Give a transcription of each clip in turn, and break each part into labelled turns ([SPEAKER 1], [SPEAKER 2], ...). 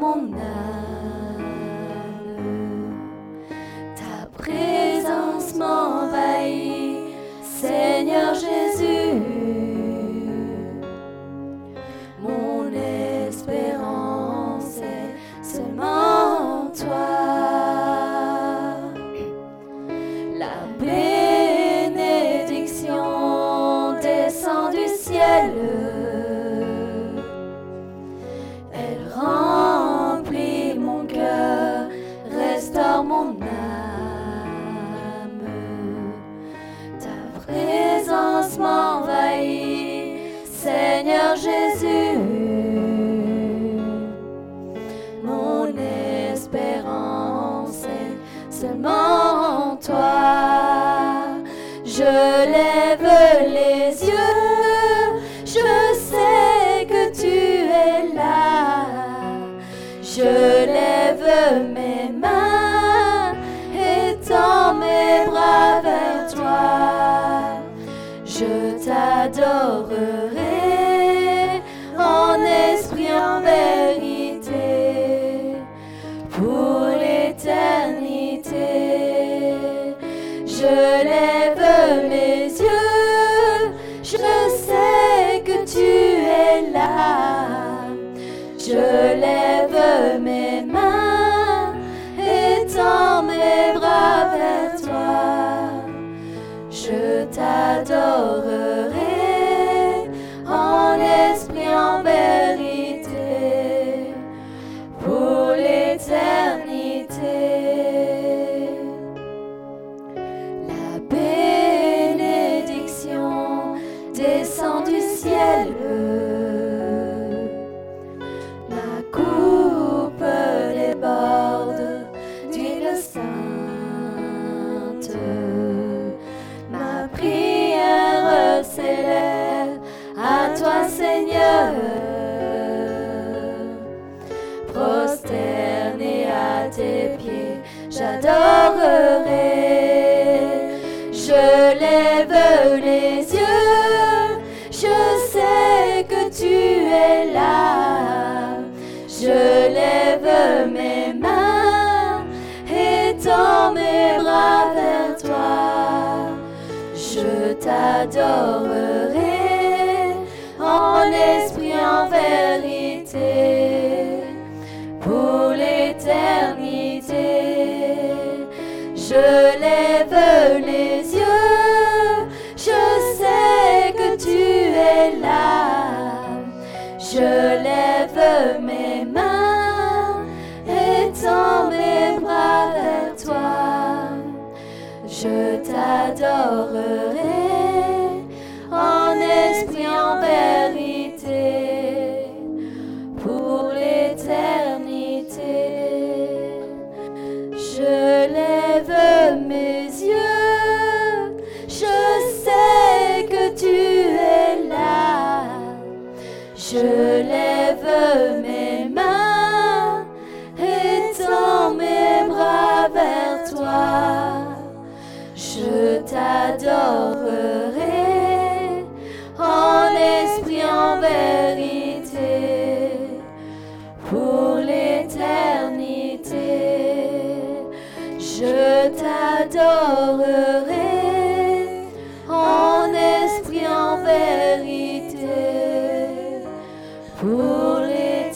[SPEAKER 1] mon âme. Ta présence m'envahit, Seigneur Jésus. Mon espérance est seulement en toi. La bénédiction descend du ciel. Elle remplit mon cœur, restaure mon âme. Ta présence m'envahit, Seigneur Jésus. Mon espérance est seulement en toi. Je lève les yeux, je sais que tu es là. Je lève mes mains et tends mes bras vers toi. Je t'adorerai en esprit, en vérité, pour l'éternité. Je lève mes yeux, je sais que tu es là. Je lève mes mains et tends mes bras vers toi. Je t'adorerai en esprit, en vérité, pour l'éternité. La bénédiction descend du ciel. Ma coupe déborde d'huile sainte. Ma prière s'élève à toi, Seigneur. Prosterné à tes pieds, j'adorerai. Je lève les yeux, je sais que tu es là. Je lève mes mains et tends mes bras vers toi. Je t'adorerai en esprit, en vérité, pour l'éternité. Je lève les yeux, je sais que tu es là. Je lève mes mains et tends mes bras vers toi. Je t'adorerai en esprit, en vérité, pour l'éternité. Je lève mes yeux, je sais que tu es là. Je lève mes mains et tends mes bras vers toi. Je t'adorerai en esprit, en vérité, pour l'éternité. Je t'adorerai en esprit, en vérité, pour l'éternité.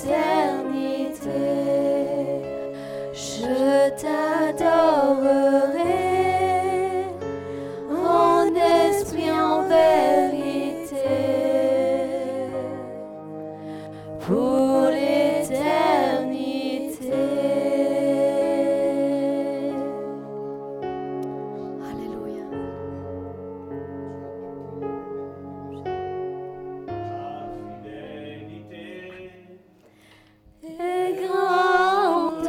[SPEAKER 1] Je t'adorerai en esprit, en vérité, pour l'éternité. Alléluia. Et grande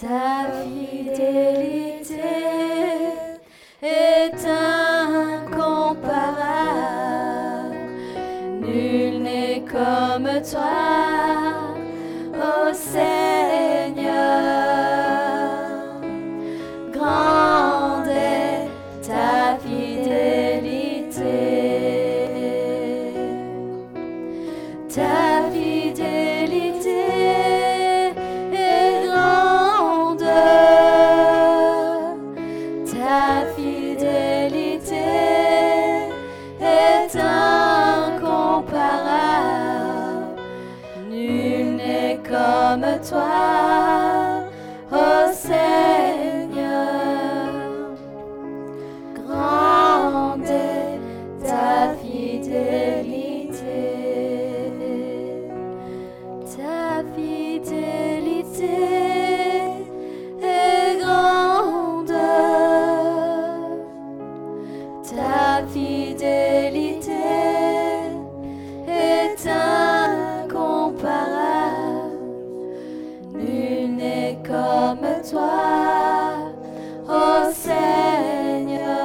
[SPEAKER 1] ta fidélité est incomparable. Nul n'est comme toi, ô Seigneur. Grande est ta fidélité. Ta fidélité comme toi, ô Seigneur. Grande est ta fidélité, ta fidélité est grande, ta fidélité est incomparable, nul n'est comme toi, ô Seigneur.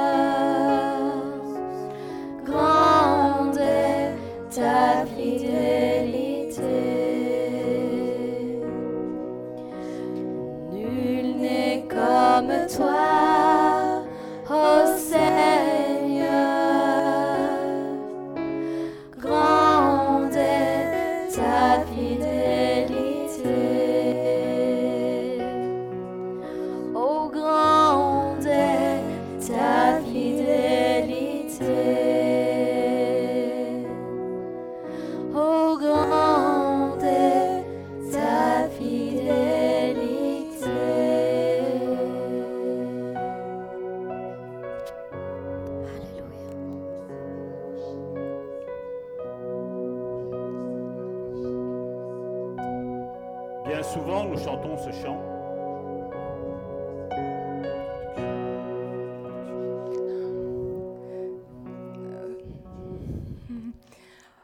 [SPEAKER 1] Grande est ta fidélité. Nul n'est comme toi, ô Seigneur. Grande est ta fidélité. Oh grande est ta fidélité. Oh grande est ta fidélité. Alléluia.
[SPEAKER 2] Bien souvent, nous chantons ce chant.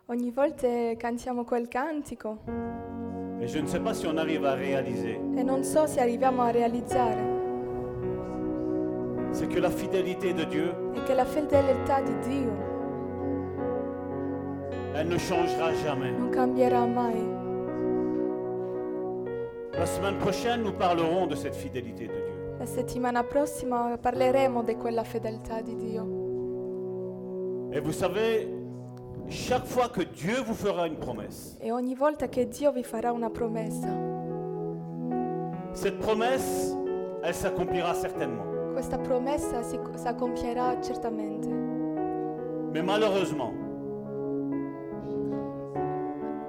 [SPEAKER 3] Ogni volta cantiamo quel cantico
[SPEAKER 2] Et je ne sais pas si on arrive à réaliser.
[SPEAKER 3] e non so se arriviamo a realizzare
[SPEAKER 2] C'est que la fidélité de Dieu,
[SPEAKER 3] è che la fedeltà di Dio
[SPEAKER 2] elle ne changera jamais.
[SPEAKER 3] non cambierà mai.
[SPEAKER 2] La semaine prochaine, nous parlerons de cette fidélité de Dieu.
[SPEAKER 3] La settimana prossima parleremo di quella fedeltà di Dio.
[SPEAKER 2] Et vous savez, chaque fois que Dieu vous fera une promesse,
[SPEAKER 3] E ogni volta che Dio vi farà una promessa,
[SPEAKER 2] cette promesse, elle s'accomplira certainement.
[SPEAKER 3] questa promessa si, si compierà certamente.
[SPEAKER 2] Mais malheureusement,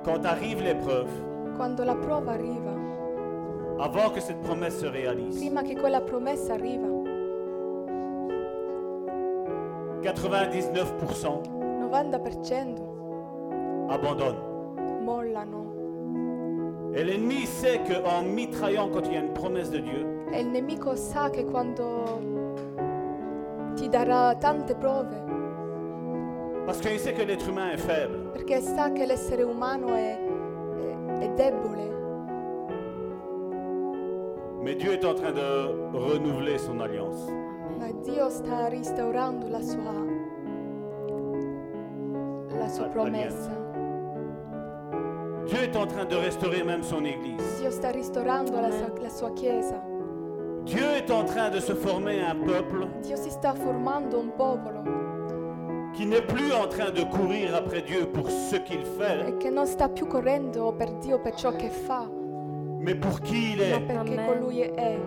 [SPEAKER 2] quand arrive l'épreuve,
[SPEAKER 3] Quando la prova arriva,
[SPEAKER 2] avant que cette promesse se réalise,
[SPEAKER 3] prima che quella promessa arriva,
[SPEAKER 2] 99%
[SPEAKER 3] 90%
[SPEAKER 2] abandonnent.
[SPEAKER 3] mollano.
[SPEAKER 2] Et l'ennemi sait qu'en mitraillant quand il y a une promesse de Dieu,
[SPEAKER 3] E il nemico sa che quando ti darà tante prove,
[SPEAKER 2] parce qu'il sait que l'être humain est faible,
[SPEAKER 3] perché sa che l'essere umano è, è- è debole,
[SPEAKER 2] mais Dieu est en train de renouveler son alliance.
[SPEAKER 3] ma Dio sta restaurando la sua, la sua
[SPEAKER 2] Al-
[SPEAKER 3] promessa.
[SPEAKER 2] Dieu est en train de restaurer même son Église.
[SPEAKER 3] Dio sta ristorando la sua, la sua Chiesa.
[SPEAKER 2] Dieu est en train de se former un peuple
[SPEAKER 3] Dio si sta formando un popolo
[SPEAKER 2] qui n'est plus en train de courir après Dieu pour ce qu'il fait,
[SPEAKER 3] e che non sta più correndo per Dio per ciò che fa, ma
[SPEAKER 2] mais pour qui il est.
[SPEAKER 3] perché
[SPEAKER 1] Amen.
[SPEAKER 3] colui è.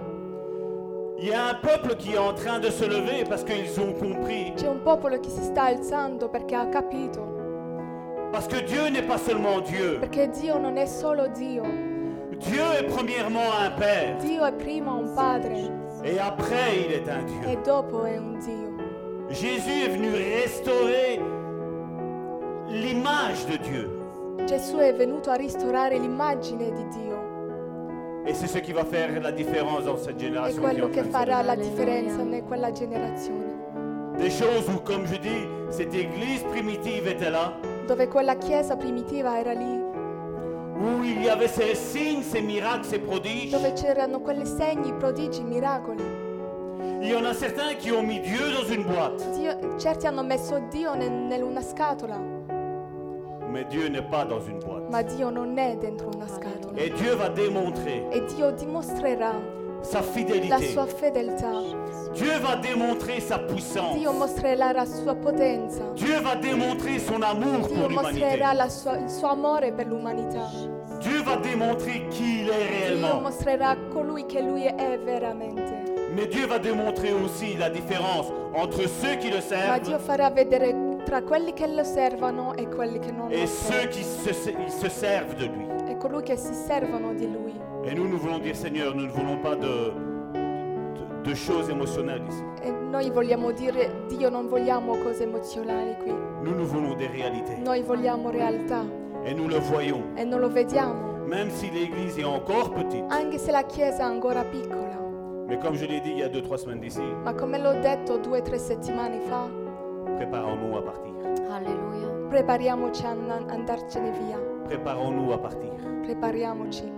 [SPEAKER 2] Il y a un peuple qui est en train de se lever parce qu'ils ont compris.
[SPEAKER 3] C'è un popolo che si sta alzando perché ha capito,
[SPEAKER 2] Parce que Dieu n'est pas seulement Dieu.
[SPEAKER 3] perché Dio non è solo Dio,
[SPEAKER 2] Dieu est premièrement un Père
[SPEAKER 3] Dio è prima un padre
[SPEAKER 2] et après il est un Dieu.
[SPEAKER 3] e dopo è un Dio.
[SPEAKER 2] Jésus est venu restaurer l'image de Dieu.
[SPEAKER 3] Gesù è venuto a ristorare l'immagine di Dio.
[SPEAKER 2] Et c'est ce qui va faire la différence dans cette
[SPEAKER 3] È
[SPEAKER 2] génération. qui est
[SPEAKER 3] quello
[SPEAKER 2] en train
[SPEAKER 3] che
[SPEAKER 2] de se
[SPEAKER 3] farà la
[SPEAKER 1] Alleluia.
[SPEAKER 3] differenza in quella generazione.
[SPEAKER 2] lever. Des choses où, comme je dis, cette église primitive était là,
[SPEAKER 3] Dove quella chiesa primitiva era lì,
[SPEAKER 2] où il y avait ces signes, ces miracles, ces prodiges.
[SPEAKER 3] dove c'erano quei segni, prodigi, miracoli.
[SPEAKER 2] Il y en a certains qui ont mis Dieu dans une boîte.
[SPEAKER 3] Dio- certi hanno messo Dio nel- nel- una scatola,
[SPEAKER 2] Mais Dieu n'est pas dans une boîte.
[SPEAKER 3] ma Dio non è dentro una scatola.
[SPEAKER 2] Et Dieu va démontrer
[SPEAKER 3] E Dio dimostrerà
[SPEAKER 2] sa
[SPEAKER 3] la
[SPEAKER 2] fidélité.
[SPEAKER 3] sua fedeltà.
[SPEAKER 2] Dieu va démontrer sa puissance.
[SPEAKER 3] Dio mostrerà la sua potenza.
[SPEAKER 2] Dieu va démontrer son amour
[SPEAKER 3] Dio
[SPEAKER 2] pour l'humanité.
[SPEAKER 3] mostrerà la sua- il suo amore per l'umanità.
[SPEAKER 2] Dieu va démontrer qui il est
[SPEAKER 3] Dio
[SPEAKER 2] réellement.
[SPEAKER 3] mostrerà colui che lui è veramente.
[SPEAKER 2] Mais Dieu va démontrer aussi la différence entre ceux qui le
[SPEAKER 3] Ma Dio
[SPEAKER 2] servent
[SPEAKER 3] farà vedere tra quelli che lo servono e quelli che non
[SPEAKER 2] et ceux
[SPEAKER 3] lo servono,
[SPEAKER 2] qui se, ils se servent de lui.
[SPEAKER 3] e colui che si servono di lui.
[SPEAKER 2] Et nous, nous voulons dire, Seigneur, nous ne voulons pas de, de- de choses émotionnelles ici.
[SPEAKER 3] E noi vogliamo dire, Dio non vogliamo cose emozionali qui,
[SPEAKER 2] Nous, nous voulons des réalités.
[SPEAKER 3] noi vogliamo realtà
[SPEAKER 2] Et nous le voyons.
[SPEAKER 3] e non lo vediamo,
[SPEAKER 2] Même si l'église est encore petite,
[SPEAKER 3] anche se la Chiesa è ancora piccola.
[SPEAKER 2] mais comme je l'ai dit il y a deux, trois semaines d'ici,
[SPEAKER 3] Ma come l'ho detto due o tre settimane fa,
[SPEAKER 2] préparons-nous à partir.
[SPEAKER 4] Alléluia.
[SPEAKER 3] prepariamoci a an- andarcene via,
[SPEAKER 2] Préparons-nous à partir.
[SPEAKER 3] prepariamoci,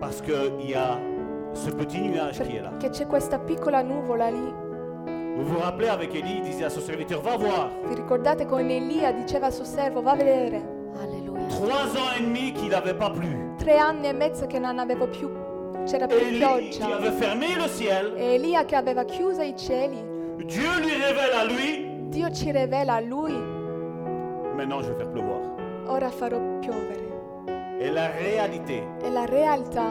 [SPEAKER 2] Parce qu'il y a ce petit nuage qui est là.
[SPEAKER 3] perché c'è questa piccola nuvola lì.
[SPEAKER 2] Vous vous rappelez avec Élie, il disait à son serviteur, va voir.
[SPEAKER 3] Vi ricordate con Elia diceva a suo servo, va a vedere,
[SPEAKER 4] Alléluia.
[SPEAKER 2] Trois ans et demi qu'il n'avait pas plu.
[SPEAKER 3] tre anni e mezzo che non avevo più, c'era più
[SPEAKER 2] Élie qui
[SPEAKER 3] pioggia.
[SPEAKER 2] avait fermé le ciel,
[SPEAKER 3] E Elia che aveva chiuso i cieli,
[SPEAKER 2] Dieu lui révèle à lui,
[SPEAKER 3] Dio ci rivela a lui,
[SPEAKER 2] maintenant je vais faire pleuvoir.
[SPEAKER 3] ora farò piovere.
[SPEAKER 2] Et la réalité,
[SPEAKER 3] E la realtà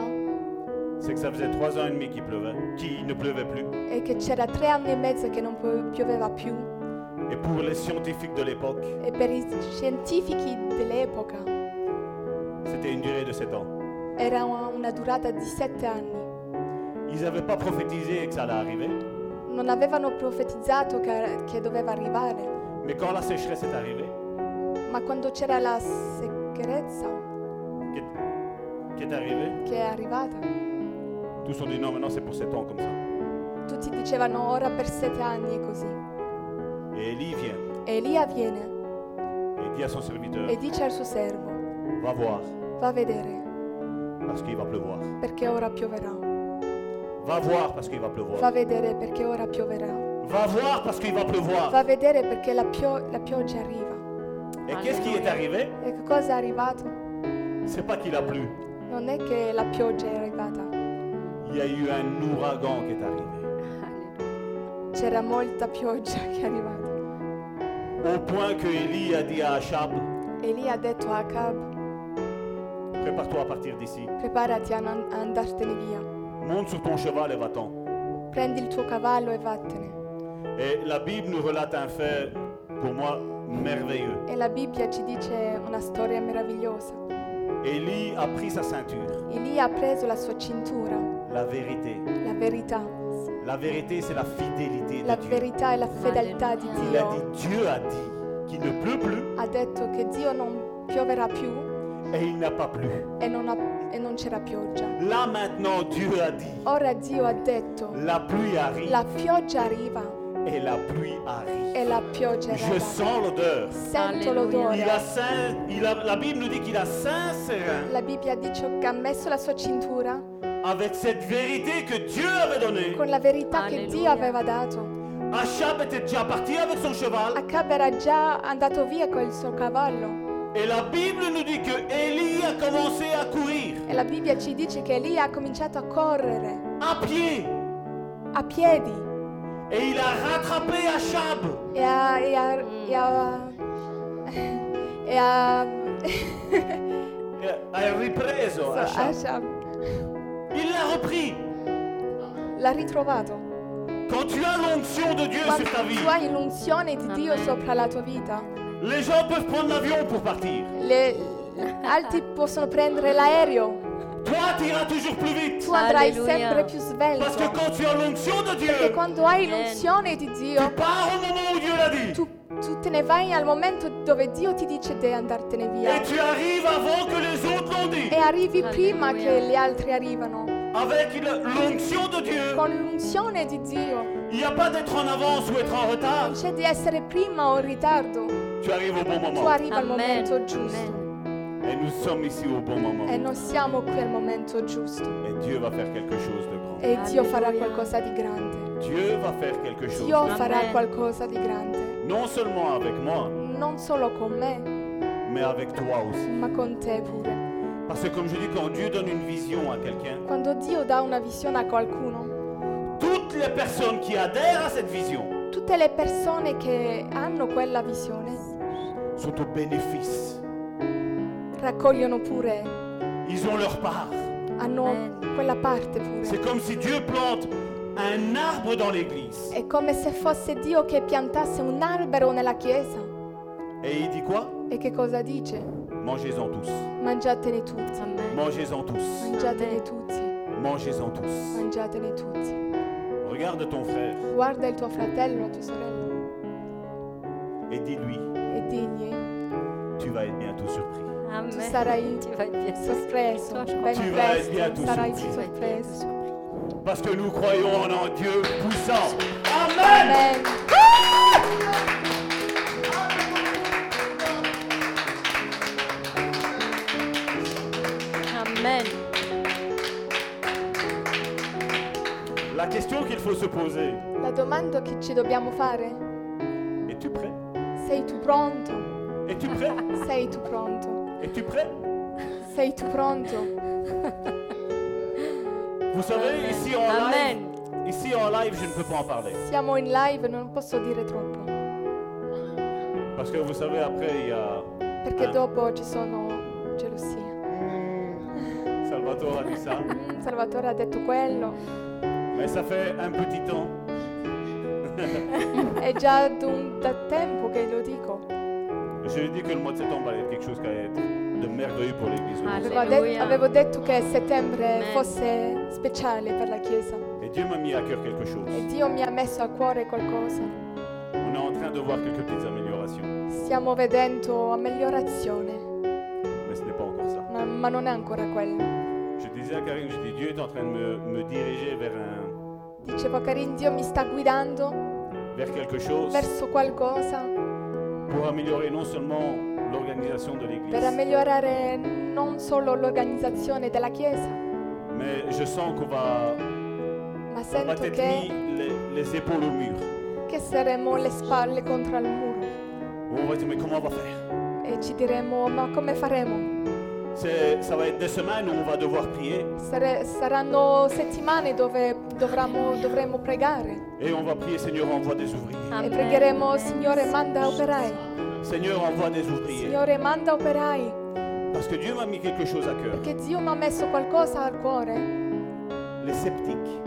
[SPEAKER 2] c'est que ça faisait trois ans et demi qu'il pleuvait, qu'il ne pleuvait plus.
[SPEAKER 3] è che c'era tre anni e mezzo che non pio- pioveva più
[SPEAKER 2] Et pour les scientifiques de l'époque,
[SPEAKER 3] e per i scientifici dell'epoca
[SPEAKER 2] c'était une durée de sept ans.
[SPEAKER 3] era una una durata di sette anni.
[SPEAKER 2] Ils n'avaient pas prophétisé que ça allait arriver,
[SPEAKER 3] Non avevano profetizzato che, che doveva arrivare,
[SPEAKER 2] mais quand la sécheresse est arrivée,
[SPEAKER 3] ma quando c'era la seccherezza
[SPEAKER 2] qui est, qui est arrivée,
[SPEAKER 3] che è arrivata,
[SPEAKER 2] tous ont dit non, maintenant c'est pour sept ans comme ça.
[SPEAKER 3] tutti dicevano ora per sette anni è così.
[SPEAKER 2] Et Élie vient
[SPEAKER 3] E Elia viene
[SPEAKER 2] et dit à son serviteur,
[SPEAKER 3] e dice al suo servo,
[SPEAKER 2] va voir,
[SPEAKER 3] va a vedere
[SPEAKER 2] parce qu'il va pleuvoir.
[SPEAKER 3] perché ora pioverà,
[SPEAKER 2] Va voir parce qu'il va
[SPEAKER 3] va a
[SPEAKER 2] pleuvoir.
[SPEAKER 3] vedere perché ora pioverà,
[SPEAKER 2] Va voir parce qu'il va
[SPEAKER 3] va
[SPEAKER 2] pleuvoir.
[SPEAKER 3] a vedere perché la, pio- la pioggia arriva.
[SPEAKER 2] Et qu'est-ce qui est arrivé
[SPEAKER 3] E che cosa è arrivato?
[SPEAKER 2] C'est pas qu'il a plu.
[SPEAKER 3] Non è che la pioggia è arrivata,
[SPEAKER 2] Il y a eu un ouragan qui est arrivé.
[SPEAKER 3] c'era molta pioggia che è arrivata.
[SPEAKER 2] Au point que Élie a dit à Achab,
[SPEAKER 3] E lì ha detto a Acab,
[SPEAKER 2] prépare-toi à partir d'ici.
[SPEAKER 3] preparati a, non- a andartene via,
[SPEAKER 2] Monte sur ton cheval et va-t'en.
[SPEAKER 3] prendi il tuo cavallo e vattene.
[SPEAKER 2] Et la Bible nous relate un fait, pour moi, merveilleux.
[SPEAKER 3] E la Bibbia ci dice una storia meravigliosa.
[SPEAKER 2] Élie a pris sa ceinture.
[SPEAKER 3] Elia ha preso la sua cintura,
[SPEAKER 2] La vérité.
[SPEAKER 3] la verità.
[SPEAKER 2] La vérité, c'est la fidélité de
[SPEAKER 3] La
[SPEAKER 2] Dieu.
[SPEAKER 3] verità e la fedeltà di
[SPEAKER 4] Alleluia.
[SPEAKER 2] Il a
[SPEAKER 3] Dio.
[SPEAKER 2] dit, Dieu a dit qu'il ne pleut plus
[SPEAKER 3] Ha detto che Dio non pioverà più
[SPEAKER 2] et il n'a pas plu.
[SPEAKER 3] e non, ha- e non c'era pioggia.
[SPEAKER 2] Là maintenant, Dieu a dit,
[SPEAKER 3] Ora Dio ha detto,
[SPEAKER 2] la pluie arrive
[SPEAKER 3] la pioggia arriva
[SPEAKER 2] et la pluie arrive.
[SPEAKER 3] e la pioggia è
[SPEAKER 2] Je
[SPEAKER 3] arrivata.
[SPEAKER 2] sens l'odeur.
[SPEAKER 3] Sento
[SPEAKER 2] Il
[SPEAKER 3] l'odore.
[SPEAKER 2] a cin- il a- la Bible nous dit qu'il a cinq sérins
[SPEAKER 3] La Bibbia dice che ha messo la sua cintura
[SPEAKER 2] avec cette vérité que Dieu avait donnée.
[SPEAKER 3] con la verità che
[SPEAKER 4] Alleluia.
[SPEAKER 3] Dio aveva dato.
[SPEAKER 2] Achab était déjà parti avec son cheval
[SPEAKER 3] Acab era già andato via con il suo cavallo
[SPEAKER 2] et la Bible nous dit que Élie a commencé à courir
[SPEAKER 3] e la Bibbia ci dice che Elia ha cominciato a correre
[SPEAKER 2] à pied
[SPEAKER 3] a piedi
[SPEAKER 2] et il a rattrapé Achab.
[SPEAKER 3] e a... e a... e a... e a...
[SPEAKER 2] Eh, Ha ripreso Achab.
[SPEAKER 3] Acab.
[SPEAKER 2] Il l'a repris.
[SPEAKER 3] L'ha ritrovato.
[SPEAKER 2] Quand tu as l'onction de Dieu
[SPEAKER 3] Quando
[SPEAKER 2] sur ta vie,
[SPEAKER 3] tu hai l'unzione di Dio
[SPEAKER 4] Amen.
[SPEAKER 3] sopra la tua vita,
[SPEAKER 2] les gens peuvent prendre l'avion pour partir.
[SPEAKER 3] le- altri possono prendere l'aereo,
[SPEAKER 2] Toi, tu iras toujours plus vite.
[SPEAKER 3] tu andrai
[SPEAKER 4] Alleluia.
[SPEAKER 3] sempre più
[SPEAKER 2] Parce que
[SPEAKER 3] svelto.
[SPEAKER 2] quand tu as l'onction de
[SPEAKER 3] E
[SPEAKER 2] Dieu,
[SPEAKER 3] quando hai
[SPEAKER 4] Amen.
[SPEAKER 3] l'unzione di
[SPEAKER 2] tu
[SPEAKER 3] Dio,
[SPEAKER 2] pars au moment où Dieu l'a dit.
[SPEAKER 3] tu, tu te ne vai al momento dove Dio ti dice di andartene via
[SPEAKER 2] Et tu arrives avant que les autres l'ont dit.
[SPEAKER 3] e arrivi prima
[SPEAKER 4] Alleluia.
[SPEAKER 3] che gli altri arrivano.
[SPEAKER 2] Avec le- l'onction de Dieu,
[SPEAKER 3] Con l'unzione di Dio
[SPEAKER 2] il n'y a pas d'être en avance ou être en retard.
[SPEAKER 3] c'è di essere prima o in ritardo,
[SPEAKER 2] Tu arrives au bon
[SPEAKER 3] tu
[SPEAKER 2] moment.
[SPEAKER 3] arrivi al momento giusto
[SPEAKER 2] Et nous sommes ici au bon moment.
[SPEAKER 3] e non siamo qui al momento giusto
[SPEAKER 2] Et Dieu va faire quelque chose de grand.
[SPEAKER 3] e Dio farà
[SPEAKER 4] Alleluia.
[SPEAKER 3] qualcosa di grande.
[SPEAKER 2] Dieu va faire quelque chose.
[SPEAKER 3] Dio farà
[SPEAKER 4] Amen.
[SPEAKER 3] qualcosa di grande,
[SPEAKER 2] Non seulement avec moi,
[SPEAKER 3] non solo con me,
[SPEAKER 2] mais avec toi aussi.
[SPEAKER 3] ma con te pure.
[SPEAKER 2] Parce que comme je dis, quand Dieu donne une vision à quelqu'un,
[SPEAKER 3] Quando Dio dà una visione a qualcuno,
[SPEAKER 2] toutes les personnes qui adhèrent à cette vision
[SPEAKER 3] tutte le persone che hanno quella visione
[SPEAKER 2] sont au bénéfice.
[SPEAKER 3] raccogliono pure
[SPEAKER 2] Ils ont leur part.
[SPEAKER 3] hanno
[SPEAKER 4] Amen.
[SPEAKER 3] quella parte pure.
[SPEAKER 2] C'est comme si Dieu plante un arbre dans l'église.
[SPEAKER 3] È come se fosse Dio che piantasse un albero nella chiesa
[SPEAKER 2] Et il dit quoi
[SPEAKER 3] E che cosa dice?
[SPEAKER 2] Mangez-en tous.
[SPEAKER 3] Mangiatene tutti,
[SPEAKER 4] Amen.
[SPEAKER 2] Mangez-en tous.
[SPEAKER 3] mangiatene tutti,
[SPEAKER 2] Mangez-en tous.
[SPEAKER 3] mangiatene tutti.
[SPEAKER 2] Regarde ton frère
[SPEAKER 3] Guarda il tuo fratello, la tua sorella
[SPEAKER 2] et dis-lui,
[SPEAKER 3] e digli,
[SPEAKER 2] tu vas être bientôt surpris.
[SPEAKER 4] Amen.
[SPEAKER 3] Tu sarai
[SPEAKER 4] Tu vas être bien surpris.
[SPEAKER 3] sorpreso,
[SPEAKER 4] Toi, je
[SPEAKER 3] ben
[SPEAKER 4] crois.
[SPEAKER 2] Tu vai
[SPEAKER 3] presto
[SPEAKER 2] bientôt
[SPEAKER 3] sarai
[SPEAKER 4] Tu vas être bien
[SPEAKER 3] sorpreso.
[SPEAKER 4] surpris.
[SPEAKER 2] Parce que nous croyons en un Dieu puissant. Amen.
[SPEAKER 3] Amen.
[SPEAKER 4] Amen.
[SPEAKER 2] La question qu'il faut se poser,
[SPEAKER 3] La domanda che ci dobbiamo fare,
[SPEAKER 2] es-tu prêt
[SPEAKER 3] sei tu pronto?
[SPEAKER 2] Es-tu prêt
[SPEAKER 3] Sei tu pronto?
[SPEAKER 2] Es-tu prêt
[SPEAKER 3] Sei tu pronto?
[SPEAKER 2] Vous savez, ici en live,
[SPEAKER 4] Amen.
[SPEAKER 2] ici en live, je ne peux pas en parler.
[SPEAKER 3] Siamo in live, non posso dire troppo,
[SPEAKER 2] Parce que vous savez, après, il y a
[SPEAKER 3] perché dopo ci sono gelosie.
[SPEAKER 2] Salvatore a dit ça.
[SPEAKER 3] Mm, Salvatore ha detto quello,
[SPEAKER 2] Mais ça fait un petit temps
[SPEAKER 3] è già d'un- da tempo che lo dico.
[SPEAKER 2] Je lui ai dit que le mois de septembre allait être quelque chose qui allait être de merveilleux pour l'église.
[SPEAKER 4] Allez.
[SPEAKER 3] Avevo, det-
[SPEAKER 4] Alleluia.
[SPEAKER 3] avevo detto che settembre
[SPEAKER 4] Amen.
[SPEAKER 3] fosse speciale per la Chiesa
[SPEAKER 2] Et Dieu m'a mis à cœur quelque chose.
[SPEAKER 3] e Dio mi ha messo a cuore qualcosa.
[SPEAKER 2] On est en train de voir quelques petites améliorations,
[SPEAKER 3] Stiamo vedendo améliorazione,
[SPEAKER 2] mais ce n'est pas encore ça.
[SPEAKER 3] ma, ma non è ancora quello.
[SPEAKER 2] Je disais à Karine, je dis Dieu est en train de me, me diriger vers, un,
[SPEAKER 3] Dicevo a Karin, Dio mi sta guidando
[SPEAKER 2] vers quelque chose
[SPEAKER 3] verso qualcosa
[SPEAKER 2] pour améliorer non seulement l'organisation de
[SPEAKER 3] per
[SPEAKER 2] l'église,
[SPEAKER 3] ammigliorare non solo l'organizzazione della Chiesa,
[SPEAKER 2] mais je sens qu'on va,
[SPEAKER 3] ma
[SPEAKER 2] on va
[SPEAKER 3] sento
[SPEAKER 2] être mis
[SPEAKER 3] che,
[SPEAKER 2] les, les épaules au mur.
[SPEAKER 3] che saremo le spalle contro il muro
[SPEAKER 2] On va dire mais comment on va faire
[SPEAKER 3] e ci diremo ma come faremo?
[SPEAKER 2] C'est- Ça va être des semaines où on va devoir prier
[SPEAKER 3] Sare- saranno settimane dove dovremo, dovremo pregare.
[SPEAKER 2] et on va prier Seigneur envoie des ouvriers.
[SPEAKER 3] E
[SPEAKER 4] Amen.
[SPEAKER 3] pregheremo, Signore, manda operai.
[SPEAKER 2] Seigneur envoie des ouvriers.
[SPEAKER 3] Signore, manda operai.
[SPEAKER 2] Parce que Dieu m'a mis quelque chose à cœur.
[SPEAKER 3] Perché Dio mi ha messo qualcosa al cuore.
[SPEAKER 2] Les sceptiques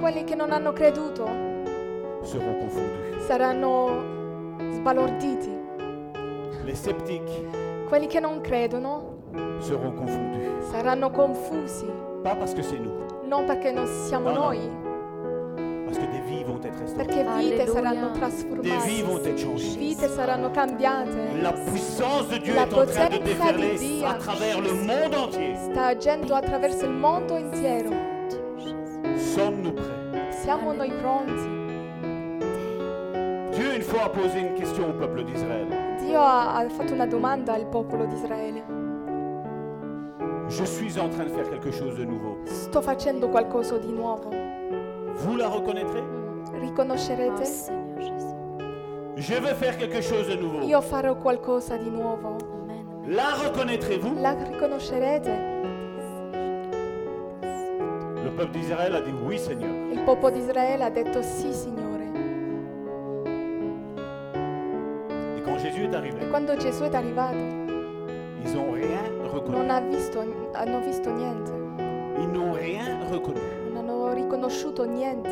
[SPEAKER 3] Quelli che non hanno creduto
[SPEAKER 2] seront confondus.
[SPEAKER 3] saranno sbalorditi.
[SPEAKER 2] Les sceptiques
[SPEAKER 3] Quelli che non credono
[SPEAKER 2] seront confondus.
[SPEAKER 3] saranno confusi.
[SPEAKER 2] Pas parce que c'est nous,
[SPEAKER 3] Non perché non siamo
[SPEAKER 2] No, no.
[SPEAKER 3] noi,
[SPEAKER 2] parce que des vies vont être restaurées.
[SPEAKER 3] perché vite
[SPEAKER 4] Alleluia.
[SPEAKER 3] saranno
[SPEAKER 2] Des vies vont
[SPEAKER 3] trasformate.
[SPEAKER 2] être changées.
[SPEAKER 3] Vite saranno cambiate.
[SPEAKER 2] La puissance de Dieu
[SPEAKER 3] La
[SPEAKER 2] est en train de
[SPEAKER 3] potenza di
[SPEAKER 2] déferler
[SPEAKER 3] Dio.
[SPEAKER 2] à travers le monde entier.
[SPEAKER 3] Sta agendo attraverso il mondo intero.
[SPEAKER 2] Sommes-nous prêts
[SPEAKER 3] Siamo noi pronti.
[SPEAKER 2] Dieu, une fois, a posé une question au peuple d'Israël.
[SPEAKER 3] Dio ha, ha fatto una domanda al popolo di Israele.
[SPEAKER 2] Je suis en train de faire quelque chose de nouveau.
[SPEAKER 3] Sto facendo qualcosa di nuovo.
[SPEAKER 2] Vous la reconnaîtrez
[SPEAKER 4] Oh,
[SPEAKER 3] Riconoscerete?
[SPEAKER 4] Seigneur Jésus.
[SPEAKER 2] Je vais faire quelque chose de nouveau.
[SPEAKER 3] Io farò qualcosa di nuovo.
[SPEAKER 4] Amen.
[SPEAKER 2] La reconnaîtrez-vous
[SPEAKER 3] La riconoscerete?
[SPEAKER 2] Le peuple d'Israël a dit oui, Seigneur.
[SPEAKER 3] Il popolo di Israele ha detto sì, Signore.
[SPEAKER 2] Et quand Jésus est arrivé,
[SPEAKER 3] E quando Gesù è arrivato,
[SPEAKER 2] ils n'ont rien reconnu.
[SPEAKER 3] non ha visto, hanno visto niente,
[SPEAKER 2] Ils n'ont rien reconnu.
[SPEAKER 3] non hanno riconosciuto niente.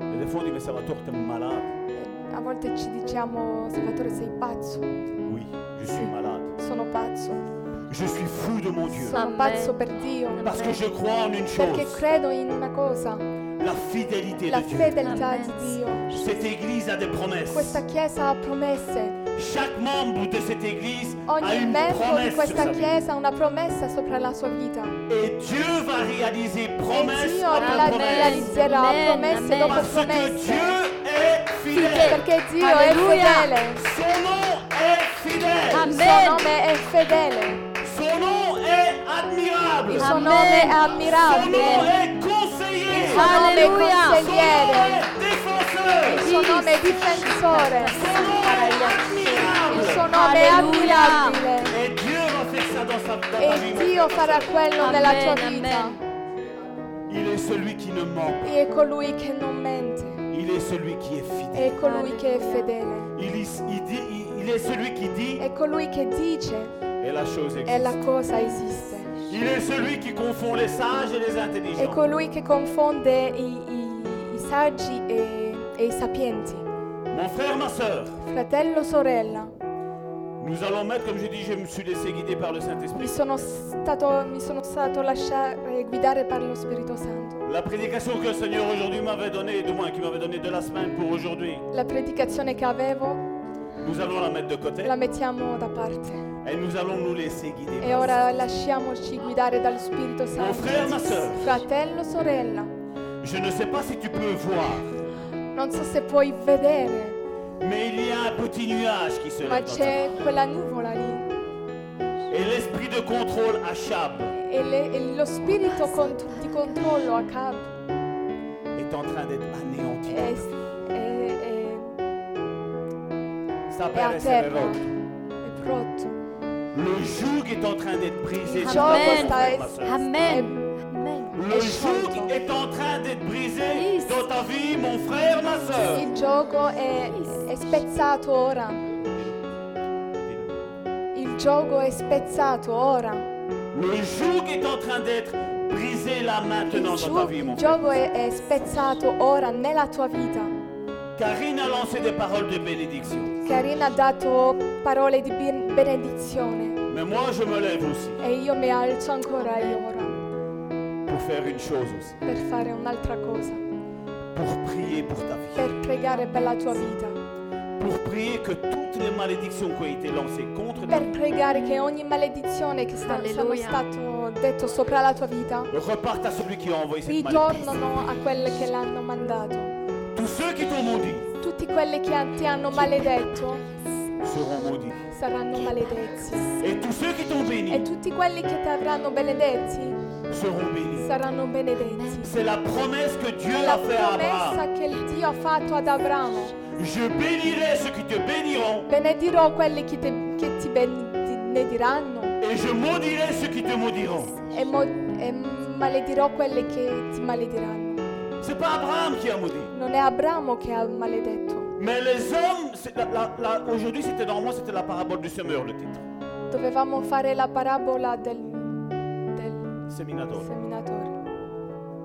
[SPEAKER 2] Et des fois, on dit, mais ça va tourner, t'es malade.
[SPEAKER 3] Eh, A volte ci diciamo, Salvatore, sei pazzo,
[SPEAKER 2] Oui, je suis malade.
[SPEAKER 3] sono pazzo,
[SPEAKER 2] Je suis fou de mon Dieu.
[SPEAKER 3] sono
[SPEAKER 4] Amen.
[SPEAKER 3] pazzo per Dio.
[SPEAKER 2] Parce que je crois en une
[SPEAKER 3] Perché
[SPEAKER 2] chose,
[SPEAKER 3] credo in una cosa,
[SPEAKER 2] la fidélité
[SPEAKER 3] la
[SPEAKER 2] de Dieu.
[SPEAKER 3] fedeltà
[SPEAKER 4] Amen.
[SPEAKER 3] di Dio.
[SPEAKER 2] Cette église a des promesses.
[SPEAKER 3] Questa chiesa ha promesse,
[SPEAKER 2] Chaque membre de cette église a
[SPEAKER 3] ogni
[SPEAKER 2] une
[SPEAKER 3] membro di
[SPEAKER 2] promesse sur
[SPEAKER 3] questa
[SPEAKER 2] sa vie.
[SPEAKER 3] chiesa ha una promessa sopra la sua vita.
[SPEAKER 2] Et Dieu va réaliser
[SPEAKER 3] E
[SPEAKER 2] promesse
[SPEAKER 3] Dio
[SPEAKER 2] après
[SPEAKER 3] la
[SPEAKER 2] promesse.
[SPEAKER 3] realizzerà
[SPEAKER 4] Amen,
[SPEAKER 3] promesse
[SPEAKER 4] amen.
[SPEAKER 3] dopo
[SPEAKER 2] Parce que
[SPEAKER 3] promesse.
[SPEAKER 2] Dieu est fidèle.
[SPEAKER 3] Perché Dio
[SPEAKER 4] Alleluia.
[SPEAKER 3] è fedele.
[SPEAKER 2] Son nom est fidèle.
[SPEAKER 3] Il
[SPEAKER 4] Amen.
[SPEAKER 3] suo nome è fedele.
[SPEAKER 2] Son nom est admirable.
[SPEAKER 3] Il
[SPEAKER 2] Son
[SPEAKER 3] suo
[SPEAKER 4] Amen.
[SPEAKER 3] nome è
[SPEAKER 2] nom
[SPEAKER 3] ammirabile.
[SPEAKER 2] est conseiller.
[SPEAKER 3] Il suo nome è
[SPEAKER 4] Alleluia.
[SPEAKER 2] Son nom est
[SPEAKER 3] consigliere.
[SPEAKER 2] défenseur.
[SPEAKER 3] Il suo nome è difensore.
[SPEAKER 2] Son nom est
[SPEAKER 3] Il suo
[SPEAKER 2] admirable.
[SPEAKER 3] nome è
[SPEAKER 4] Alleluia.
[SPEAKER 3] ammirabile.
[SPEAKER 2] Et Dieu va faire ça dans sa dans ta vie.
[SPEAKER 3] E Dio farà quello nella tua
[SPEAKER 4] Amen,
[SPEAKER 3] vita.
[SPEAKER 4] amen.
[SPEAKER 2] Il est celui qui ne ment pas.
[SPEAKER 3] E è colui che non mente.
[SPEAKER 2] Il est celui qui est fidèle.
[SPEAKER 3] È colui che è
[SPEAKER 4] Alleluia.
[SPEAKER 3] fedele.
[SPEAKER 2] Il, is- il dit- il- il est celui qui dit
[SPEAKER 3] È colui che dice
[SPEAKER 2] et la chose
[SPEAKER 3] e la
[SPEAKER 2] existe.
[SPEAKER 3] cosa esiste.
[SPEAKER 2] Il est celui qui confond les sages et les
[SPEAKER 3] È
[SPEAKER 2] intelligents.
[SPEAKER 3] colui che confonde i, i- i saggi e, e i sapienti.
[SPEAKER 2] Mon frère, ma soeur,
[SPEAKER 3] Fratello, sorella,
[SPEAKER 2] nous allons mettre, comme j'ai dit, je me suis laissé guider par le
[SPEAKER 3] mi
[SPEAKER 2] Saint-Esprit.
[SPEAKER 3] sono stato, mi sono stato lasciare guidare per lo Spirito Santo.
[SPEAKER 2] La prédication que le Seigneur aujourd'hui m'avait donnée, du moins qui m'avait donnée de la semaine pour aujourd'hui,
[SPEAKER 3] La predicazione che avevo
[SPEAKER 2] nous allons la mettre de côté
[SPEAKER 3] la mettiamo da parte
[SPEAKER 2] et nous allons nous laisser guider.
[SPEAKER 3] e
[SPEAKER 2] par le
[SPEAKER 3] ora lasciamoci guidare dallo Spirito
[SPEAKER 2] Mon
[SPEAKER 3] Santo.
[SPEAKER 2] frère, ma soeur,
[SPEAKER 3] Fratello, sorella,
[SPEAKER 2] je ne sais pas si tu peux voir,
[SPEAKER 3] non so se puoi vedere,
[SPEAKER 2] mais il y a un petit nuage qui se
[SPEAKER 3] ma
[SPEAKER 2] lève. dans ta-
[SPEAKER 3] c'è quella nuvola lì
[SPEAKER 2] Et l'esprit de contrôle à Chab
[SPEAKER 3] e, le- e lo spirito cont- di controllo a capo
[SPEAKER 2] est en train d'être anéanti.
[SPEAKER 3] è, è-
[SPEAKER 2] Ça
[SPEAKER 3] è- è a
[SPEAKER 2] paraît
[SPEAKER 3] terra,
[SPEAKER 2] sévère.
[SPEAKER 3] è pronto.
[SPEAKER 2] Le joug est en train d'être brisé.
[SPEAKER 3] Il
[SPEAKER 2] sur ta
[SPEAKER 3] joug
[SPEAKER 2] vie,
[SPEAKER 3] está-
[SPEAKER 2] frère, ma soeur.
[SPEAKER 1] Amen. Amen.
[SPEAKER 2] Le
[SPEAKER 3] è sciolto.
[SPEAKER 2] joug est en train d'être brisé
[SPEAKER 1] Yes.
[SPEAKER 2] dans ta vie, mon frère, ma soeur.
[SPEAKER 3] Il gioco è, è spezzato ora. Il gioco è spezzato ora.
[SPEAKER 2] Le joug est en train d'être brisé là
[SPEAKER 3] Il,
[SPEAKER 2] maintenant dans ta
[SPEAKER 3] gio-
[SPEAKER 2] vie, mon
[SPEAKER 3] il
[SPEAKER 2] frère.
[SPEAKER 3] gioco è, è spezzato ora nella tua vita.
[SPEAKER 2] Karine a lancé des paroles de bénédiction.
[SPEAKER 3] Karina ha dato parole di ben- benedizione
[SPEAKER 2] Mais moi, je me lève aussi
[SPEAKER 3] e io mi alzo ancora io ora
[SPEAKER 2] pour faire une chose aussi.
[SPEAKER 3] per fare un'altra cosa,
[SPEAKER 2] Pour prier pour ta vie.
[SPEAKER 3] per pregare per la tua vita,
[SPEAKER 2] Pour prier que toutes les malédictions qui ont été lancées contre ta
[SPEAKER 3] per
[SPEAKER 2] vie
[SPEAKER 3] pregare che ogni maledizione che sta, sono
[SPEAKER 1] Alleluia.
[SPEAKER 3] stato detto sopra la tua vita
[SPEAKER 2] repartent à celui qui a envoyé cette malédiction.
[SPEAKER 3] ritornano a quelle che l'hanno mandato.
[SPEAKER 2] Tous ceux qui t'ont maudit
[SPEAKER 3] Tutti quelli che ti hanno maledetto
[SPEAKER 2] seront maudits.
[SPEAKER 3] saranno maledetti
[SPEAKER 2] Et tous ceux qui t'ont
[SPEAKER 3] e
[SPEAKER 2] béni
[SPEAKER 3] tutti quelli che ti avranno benedetti
[SPEAKER 2] seront bénis.
[SPEAKER 3] saranno benedetti.
[SPEAKER 2] C'est la promesse que Dieu
[SPEAKER 3] È
[SPEAKER 2] a
[SPEAKER 3] la
[SPEAKER 2] faite à Abraham.
[SPEAKER 3] promessa che il Dio ha fatto ad Abramo.
[SPEAKER 2] Je bénirai ceux qui te béniront
[SPEAKER 3] Benedirò quelli che, te- che ti benediranno
[SPEAKER 2] et je maudirai ceux qui te maudiront.
[SPEAKER 3] e, mo- e maledirò quelli che ti malediranno.
[SPEAKER 2] C'est pas Abraham qui a maudit.
[SPEAKER 3] Non è Abramo che ha maledetto.
[SPEAKER 2] Mais les hommes, c'est la- la- la- aujourd'hui c'était normalement c'était la parabole du semeur le titre.
[SPEAKER 3] Dovevamo fare la parabola del, del
[SPEAKER 2] Séminateur.
[SPEAKER 3] seminatore.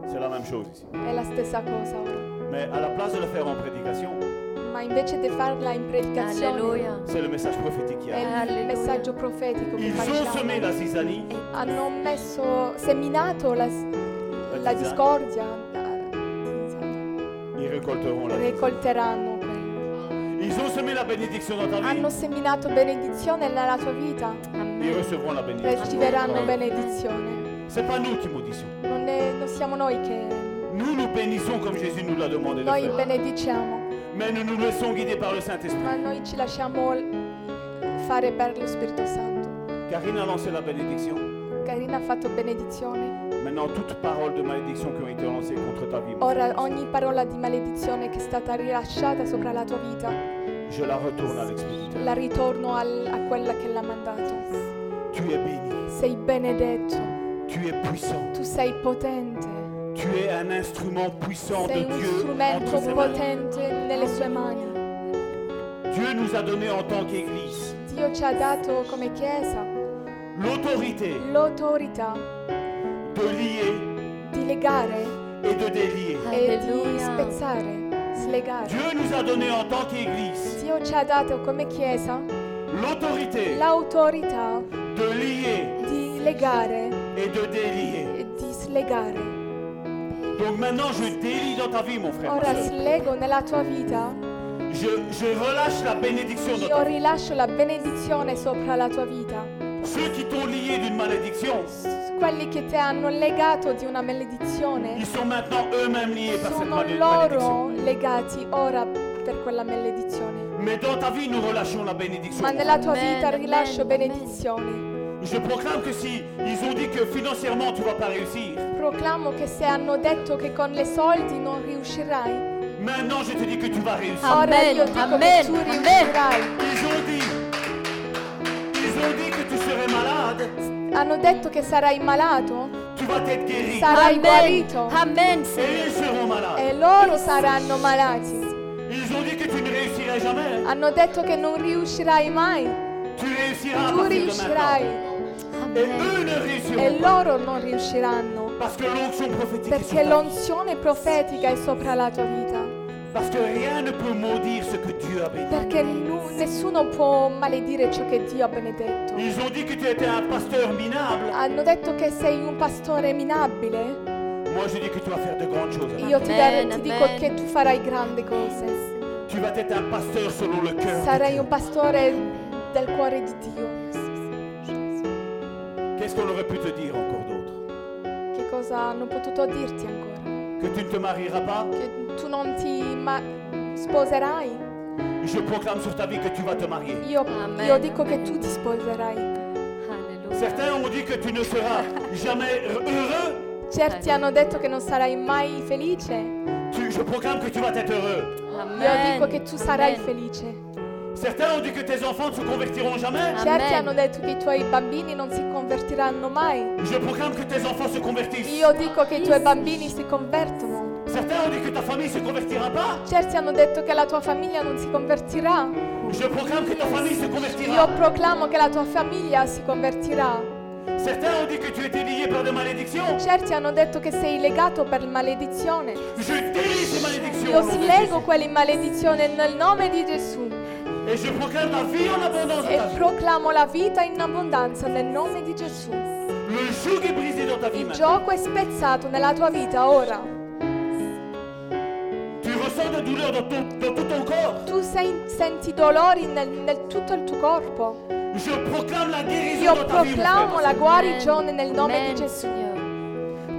[SPEAKER 2] C'est la même chose ici.
[SPEAKER 3] È la stessa cosa ora.
[SPEAKER 2] Mais à la place de le faire en prédication,
[SPEAKER 3] Ma invece di farla in predicazione
[SPEAKER 1] Alleluia.
[SPEAKER 2] c'est le message prophétique qu'il y
[SPEAKER 3] è
[SPEAKER 2] a.
[SPEAKER 3] il
[SPEAKER 1] Alleluia.
[SPEAKER 3] messaggio profetico che
[SPEAKER 2] Ils ont
[SPEAKER 3] facciamo.
[SPEAKER 2] semé la zizanie,
[SPEAKER 3] hanno messo, seminato la, la discordia, la-
[SPEAKER 2] ils récolteront la zizanie.
[SPEAKER 3] ricolteranno quello.
[SPEAKER 2] Ils ont semé la bénédiction dans ta vie,
[SPEAKER 3] Hanno seminato benedizione nella tua vita,
[SPEAKER 2] ils
[SPEAKER 1] Amen.
[SPEAKER 2] recevront la
[SPEAKER 3] riceveranno
[SPEAKER 2] bénédiction.
[SPEAKER 3] benedizione.
[SPEAKER 2] C'est pas nous qui maudissons.
[SPEAKER 3] Non, è- non siamo noi che
[SPEAKER 2] Nous nous bénissons comme Jésus nous l'a demandé de
[SPEAKER 3] noi
[SPEAKER 2] faire.
[SPEAKER 3] benediciamo,
[SPEAKER 2] Mais nous nous laissons guider par le Saint-Esprit.
[SPEAKER 3] ma noi ci lasciamo l- fare per lo Spirito Santo.
[SPEAKER 2] Karine a lancé la bénédiction.
[SPEAKER 3] Carina ha fatto benedizione.
[SPEAKER 2] Maintenant, toute parole de malédiction qui ont été lancées contre ta vie,
[SPEAKER 3] Ora ogni parola di maledizione che è stata rilasciata sopra la tua vita,
[SPEAKER 2] je la retourne à l'expéditeur.
[SPEAKER 3] la ritorno al- a quella che l'ha mandato.
[SPEAKER 2] Tu es béni,
[SPEAKER 3] Sei benedetto,
[SPEAKER 2] tu es puissant,
[SPEAKER 3] tu sei potente,
[SPEAKER 2] tu es un instrument puissant
[SPEAKER 3] sei
[SPEAKER 2] de
[SPEAKER 3] un
[SPEAKER 2] Dieu. entre
[SPEAKER 3] strumento
[SPEAKER 2] ses mains.
[SPEAKER 3] potente nelle sue mani.
[SPEAKER 2] Dieu nous a donné en tant qu'Église
[SPEAKER 3] Dio ci ha dato come Chiesa
[SPEAKER 2] l'autorité
[SPEAKER 3] l'autorità
[SPEAKER 2] de lier
[SPEAKER 3] di legare
[SPEAKER 2] et de délier.
[SPEAKER 3] e di
[SPEAKER 1] Alleluia.
[SPEAKER 3] spezzare, slegare.
[SPEAKER 2] Dieu nous a donné en tant qu'Église
[SPEAKER 3] Dio ci ha dato come Chiesa
[SPEAKER 2] l'autorité
[SPEAKER 3] l'autorità
[SPEAKER 2] de lier
[SPEAKER 3] di legare
[SPEAKER 2] et de délier.
[SPEAKER 3] e di slegare.
[SPEAKER 2] Donc maintenant, je délie dans ta vie, mon frère. ma
[SPEAKER 3] Ora
[SPEAKER 2] sœur.
[SPEAKER 3] slego nella tua vita,
[SPEAKER 2] Je, je relâche la bénédiction dans
[SPEAKER 3] io
[SPEAKER 2] ta vie.
[SPEAKER 3] rilascio la benedizione sopra la tua vita.
[SPEAKER 2] Ceux qui t'ont lié d'une malédiction,
[SPEAKER 3] Quelli che ti hanno legato di una benedizione
[SPEAKER 2] ils sont maintenant eux-mêmes liés par cette
[SPEAKER 3] Sono
[SPEAKER 2] malé- malédiction.
[SPEAKER 3] loro legati ora per quella maledizione.
[SPEAKER 2] Mais dans ta vie, nous relâchons la bénédiction.
[SPEAKER 3] Ma nella tua
[SPEAKER 1] Amen,
[SPEAKER 3] vita
[SPEAKER 1] amen,
[SPEAKER 3] rilascio
[SPEAKER 1] amen.
[SPEAKER 3] benedizione.
[SPEAKER 2] Je proclame que si ils ont dit que financièrement tu vas pas réussir,
[SPEAKER 3] Proclamo che se hanno detto che con le soldi non riuscirai,
[SPEAKER 2] maintenant je te dis que tu vas réussir.
[SPEAKER 1] Amen,
[SPEAKER 3] ora io dico che
[SPEAKER 1] amen,
[SPEAKER 3] tu
[SPEAKER 1] amen.
[SPEAKER 3] riuscirai.
[SPEAKER 2] Ils ont dit, ils ont dit que tu serais malade,
[SPEAKER 3] Hanno detto che sarai malato,
[SPEAKER 2] tu vas être guéri.
[SPEAKER 3] sarai guarito
[SPEAKER 1] Amen.
[SPEAKER 2] Et ils seront malades.
[SPEAKER 3] e loro saranno malati.
[SPEAKER 2] Ils ont dit que tu ne réussirais jamais.
[SPEAKER 3] Hanno detto che non riuscirai mai,
[SPEAKER 2] Tu réussiras à partir
[SPEAKER 3] tu
[SPEAKER 2] de maintenant.
[SPEAKER 3] riuscirai
[SPEAKER 2] Et
[SPEAKER 1] Amen.
[SPEAKER 2] eux ne réussiront
[SPEAKER 3] e
[SPEAKER 2] pas.
[SPEAKER 3] loro non riusciranno.
[SPEAKER 2] Parce que l'onction prophétique est sur
[SPEAKER 3] Perché
[SPEAKER 2] ta vie.
[SPEAKER 3] l'onzione profetica è sopra la tua vita.
[SPEAKER 2] Parce que rien ne peut maudire ce que Dieu Dieu a béni.
[SPEAKER 3] perché nu- nessuno può maledire ciò che Dio ha benedetto.
[SPEAKER 2] Ils ont dit que tu étais un pasteur minable.
[SPEAKER 3] Hanno detto che sei un pastore minabile.
[SPEAKER 2] Moi, je dis que tu vas faire de grandes choses.
[SPEAKER 3] Io ti,
[SPEAKER 1] Amen,
[SPEAKER 3] dar- ti dico
[SPEAKER 1] amen.
[SPEAKER 3] che tu farai grandi cose.
[SPEAKER 2] Tu vas être un pasteur selon le cœur. de
[SPEAKER 3] Sarai
[SPEAKER 2] Dieu.
[SPEAKER 3] un pastore del cuore di Dio.
[SPEAKER 2] Qu'est-ce qu'on aurait pu te dire encore d'autre
[SPEAKER 3] Che cosa hanno potuto dirti ancora?
[SPEAKER 2] Que tu ne te marieras pas
[SPEAKER 3] Che tu non ti ma- sposerai?
[SPEAKER 2] Je proclame sur ta vie que tu vas te marier.
[SPEAKER 3] Io,
[SPEAKER 1] Amen,
[SPEAKER 3] io dico
[SPEAKER 1] amen.
[SPEAKER 3] che tu ti sposerai.
[SPEAKER 2] Certains ont dit que tu ne seras jamais heureux.
[SPEAKER 3] Certi hanno detto che non sarai mai felice.
[SPEAKER 2] Tu- je proclame que tu vas être heureux.
[SPEAKER 3] Io dico che tu sarai felice.
[SPEAKER 2] Certains ont dit que tes enfants ne se convertiront jamais.
[SPEAKER 3] Certi
[SPEAKER 1] Amen.
[SPEAKER 3] hanno detto che i tuoi bambini non si convertiranno mai.
[SPEAKER 2] Je proclame que tes enfants se convertissent.
[SPEAKER 3] Io dico che i tuoi bambini si convertono.
[SPEAKER 2] Certains ont dit que ta famille se convertira pas.
[SPEAKER 3] Certi hanno detto che la tua famiglia non si convertirà.
[SPEAKER 2] Je proclame que ta famille se convertira.
[SPEAKER 3] Io proclamo che la tua famiglia si convertirà.
[SPEAKER 2] Certains ont dit que tu étais lié par des malédictions.
[SPEAKER 3] Certi hanno detto che sei legato per maledizione.
[SPEAKER 2] Je délie ces malédictions.
[SPEAKER 3] Io
[SPEAKER 2] au nom de
[SPEAKER 3] slego quelle maledizione nel nome di Gesù
[SPEAKER 2] Jésus. Et je proclame la vie en abondance. dans ta
[SPEAKER 3] e
[SPEAKER 2] vie.
[SPEAKER 3] proclamo la vita in abbondanza nel nome di Gesù.
[SPEAKER 2] Le joug est brisé dans ta vie.
[SPEAKER 3] Il
[SPEAKER 2] maintenant.
[SPEAKER 3] gioco è spezzato nella tua vita ora.
[SPEAKER 2] Tu ressens des douleurs dans, ton- dans tout ton corps.
[SPEAKER 3] Tu sei- senti dolori nel, nel tutto il tuo corpo.
[SPEAKER 2] Je proclame la guérison
[SPEAKER 3] Io
[SPEAKER 2] dans ta vie. mon
[SPEAKER 3] proclamo
[SPEAKER 2] frère.
[SPEAKER 3] la guarigione nel nome di Gesù.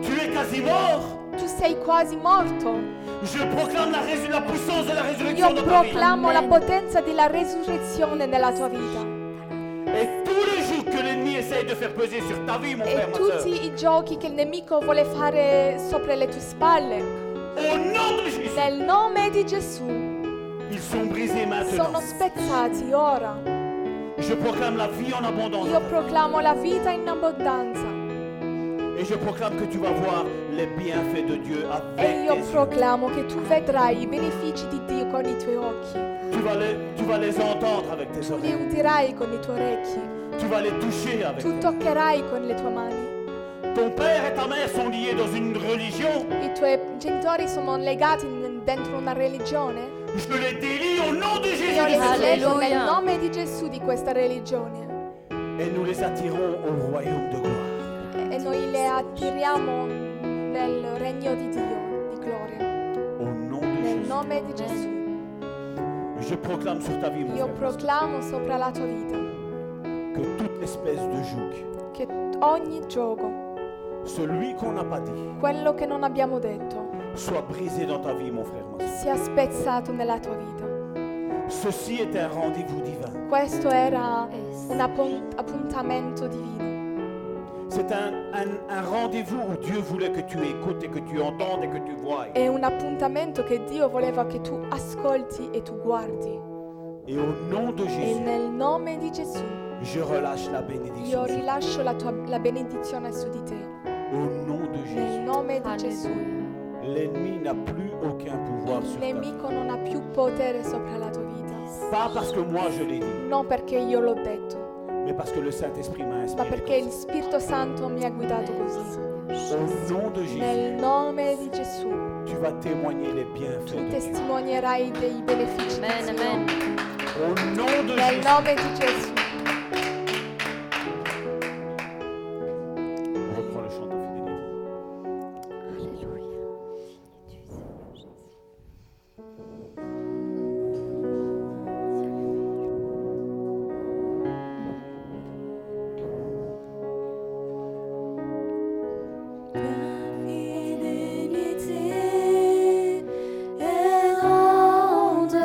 [SPEAKER 2] Tu es quasi mort.
[SPEAKER 3] Tu sei quasi morto.
[SPEAKER 2] Je proclame la, rés- la puissance de la résurrection
[SPEAKER 3] Io
[SPEAKER 2] dans ta vie.
[SPEAKER 3] proclamo la
[SPEAKER 1] Amen.
[SPEAKER 3] potenza della resurrezione nella tua vita.
[SPEAKER 2] Et tous les jours que l'ennemi essaye de faire peser sur ta vie, mon frère,
[SPEAKER 3] E
[SPEAKER 2] ma soeur,
[SPEAKER 3] tutti i giochi che il nemico vuole fare sopra le tue spalle,
[SPEAKER 2] au nom de Jésus,
[SPEAKER 3] nel nome di Gesù,
[SPEAKER 2] ils sont brisés maintenant.
[SPEAKER 3] sono spezzati ora.
[SPEAKER 2] Je proclame la vie en abondance.
[SPEAKER 3] Io proclamo la vita in abbondanza.
[SPEAKER 2] Et je proclame que tu vas voir les bienfaits de Dieu
[SPEAKER 3] E
[SPEAKER 2] avec tes
[SPEAKER 3] io
[SPEAKER 2] yeux.
[SPEAKER 3] proclamo che tu vedrai i benefici di Dio con i tuoi occhi.
[SPEAKER 2] Tu vas, les, tu vas les entendre avec tes
[SPEAKER 3] Li
[SPEAKER 2] oreilles.
[SPEAKER 3] udirai con i tuoi orecchi.
[SPEAKER 2] Tu vas les toucher avec
[SPEAKER 3] Tu
[SPEAKER 2] tes mains.
[SPEAKER 3] toccherai con le tue mani.
[SPEAKER 2] Ton père et ta mère sont liés dans une religion.
[SPEAKER 3] I tuoi genitori sono legati n- dentro una religione?
[SPEAKER 2] Je les délie au nom de Jésus.
[SPEAKER 3] Io li
[SPEAKER 2] de Nazareth.
[SPEAKER 3] slego
[SPEAKER 1] Alleluia.
[SPEAKER 3] nel nome di Gesù di questa religione
[SPEAKER 2] Et nous les attirons au royaume de gloire.
[SPEAKER 3] e noi le attiriamo nel regno di Dio, di gloria.
[SPEAKER 2] Au nom de
[SPEAKER 3] Nel
[SPEAKER 2] Jésus.
[SPEAKER 3] nome di Gesù
[SPEAKER 2] Je proclame sur ta vie, mon
[SPEAKER 3] io
[SPEAKER 2] frère,
[SPEAKER 3] proclamo sopra la tua vita
[SPEAKER 2] que toute espèce de joug,
[SPEAKER 3] che ogni gioco,
[SPEAKER 2] celui qu'on n'a pas dit,
[SPEAKER 3] quello che non abbiamo detto,
[SPEAKER 2] soit brisé dans ta vie, mon frère. ma soeur.
[SPEAKER 3] sia spezzato nella tua vita.
[SPEAKER 2] Ceci est un rendez-vous divin.
[SPEAKER 3] Questo era un appun- appuntamento divino.
[SPEAKER 2] C'est un, un- un rendez-vous où Dieu voulait que tu écoutes et que tu entendes et que tu voies.
[SPEAKER 3] È un appuntamento che Dio voleva che tu ascolti e tu guardi.
[SPEAKER 2] Et au nom de
[SPEAKER 3] E
[SPEAKER 2] Jésus,
[SPEAKER 3] nel nome di Gesù
[SPEAKER 2] je relâche la
[SPEAKER 3] io
[SPEAKER 2] bénédiction. sur-
[SPEAKER 3] rilascio la tua la benedizione su di te.
[SPEAKER 2] Au nom de
[SPEAKER 3] Nel
[SPEAKER 2] Jésus,
[SPEAKER 3] nome di Gesù
[SPEAKER 2] l'ennemi n'a plus aucun pouvoir
[SPEAKER 3] il
[SPEAKER 2] sur ta vie.
[SPEAKER 3] nemico non ha più potere sopra la tua vita.
[SPEAKER 2] Pas parce que moi je l'ai dit,
[SPEAKER 3] Non perché io l'ho detto,
[SPEAKER 2] mais parce que le Saint-Esprit m'a
[SPEAKER 3] ma
[SPEAKER 2] inspiré.
[SPEAKER 3] perché il Spirito Santo mi ha guidato così.
[SPEAKER 2] Au nom de
[SPEAKER 3] Nel
[SPEAKER 2] Jésus,
[SPEAKER 3] nome di Gesù
[SPEAKER 2] tu vas témoigner les
[SPEAKER 3] tu
[SPEAKER 2] bienfaits de Dieu.
[SPEAKER 3] testimonierai dei benefici di
[SPEAKER 1] Amen,
[SPEAKER 3] Dio.
[SPEAKER 1] amen.
[SPEAKER 2] Au nom de
[SPEAKER 3] Nel
[SPEAKER 2] Jésus.
[SPEAKER 3] nome di Gesù.
[SPEAKER 2] On reprend le chant de fidélité.
[SPEAKER 5] Fidélité est grande, ta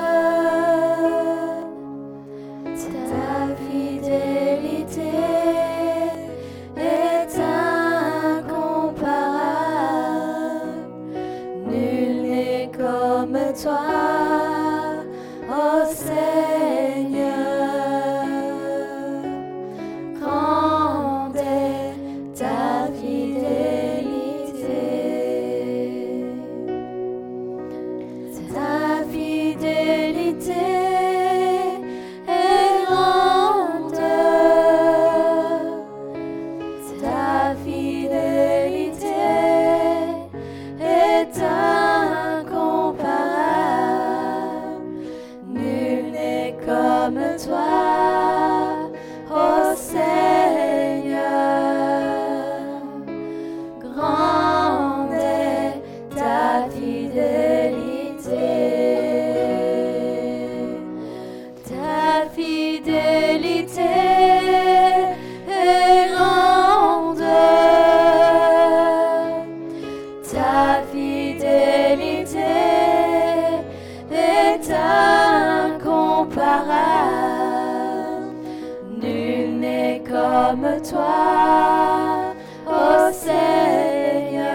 [SPEAKER 1] comme toi, ô Seigneur.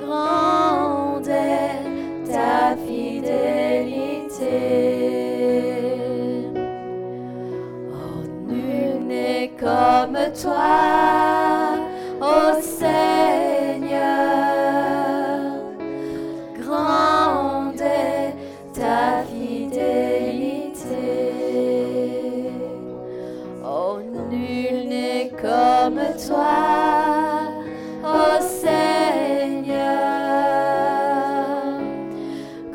[SPEAKER 1] Grande est ta fidélité. Oh, nul n'est comme toi, ô Seigneur. Grande est ta fidélité. Oh, nul n'est comme toi, ô Seigneur.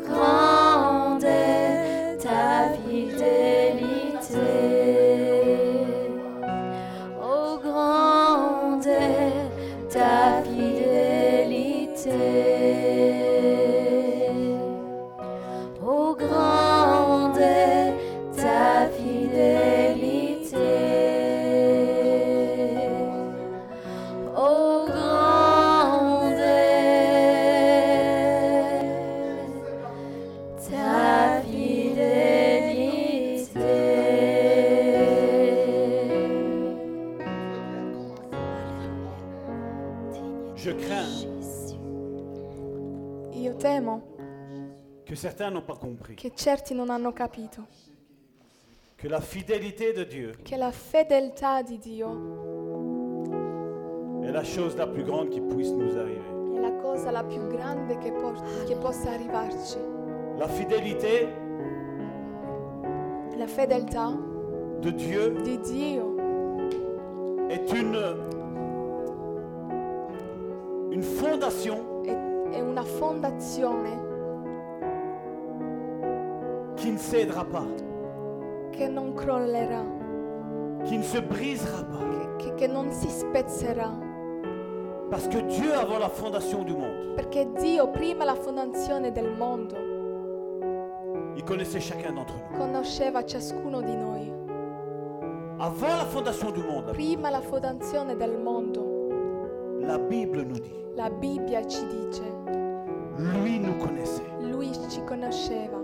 [SPEAKER 1] Grande est ta fidélité. Oh, grande est ta fidélité. Oh, grande est ta fidélité. Oh, grande est ta fidélité.
[SPEAKER 2] Je crains
[SPEAKER 3] Io temo
[SPEAKER 2] que certains n'ont pas compris
[SPEAKER 3] che certi non hanno capito
[SPEAKER 2] que la fidélité de Dieu
[SPEAKER 3] che la fedeltà di Dio
[SPEAKER 2] est la chose la plus grande qui puisse nous arriver.
[SPEAKER 3] è la cosa la più grande che, por- che possa arrivarci.
[SPEAKER 2] La fidélité
[SPEAKER 3] La fedeltà
[SPEAKER 2] de Dieu
[SPEAKER 3] di Dio
[SPEAKER 2] est une, une fondation
[SPEAKER 3] è, è una fondazione
[SPEAKER 2] qui ne cédera pas,
[SPEAKER 3] che non crollerà,
[SPEAKER 2] qui ne se brisera pas.
[SPEAKER 3] che- che- che non si spezzerà,
[SPEAKER 2] Parce que Dieu, avant la fondation du monde,
[SPEAKER 3] perché Dio prima la fondazione del mondo
[SPEAKER 2] il connaissait chacun d'entre nous.
[SPEAKER 3] conosceva ciascuno di noi.
[SPEAKER 2] Avant la fondation du monde,
[SPEAKER 3] Prima la fondazione del mondo,
[SPEAKER 2] la Bible nous dit,
[SPEAKER 3] la Bibbia ci dice,
[SPEAKER 2] lui nous connaissait.
[SPEAKER 3] lui ci conosceva.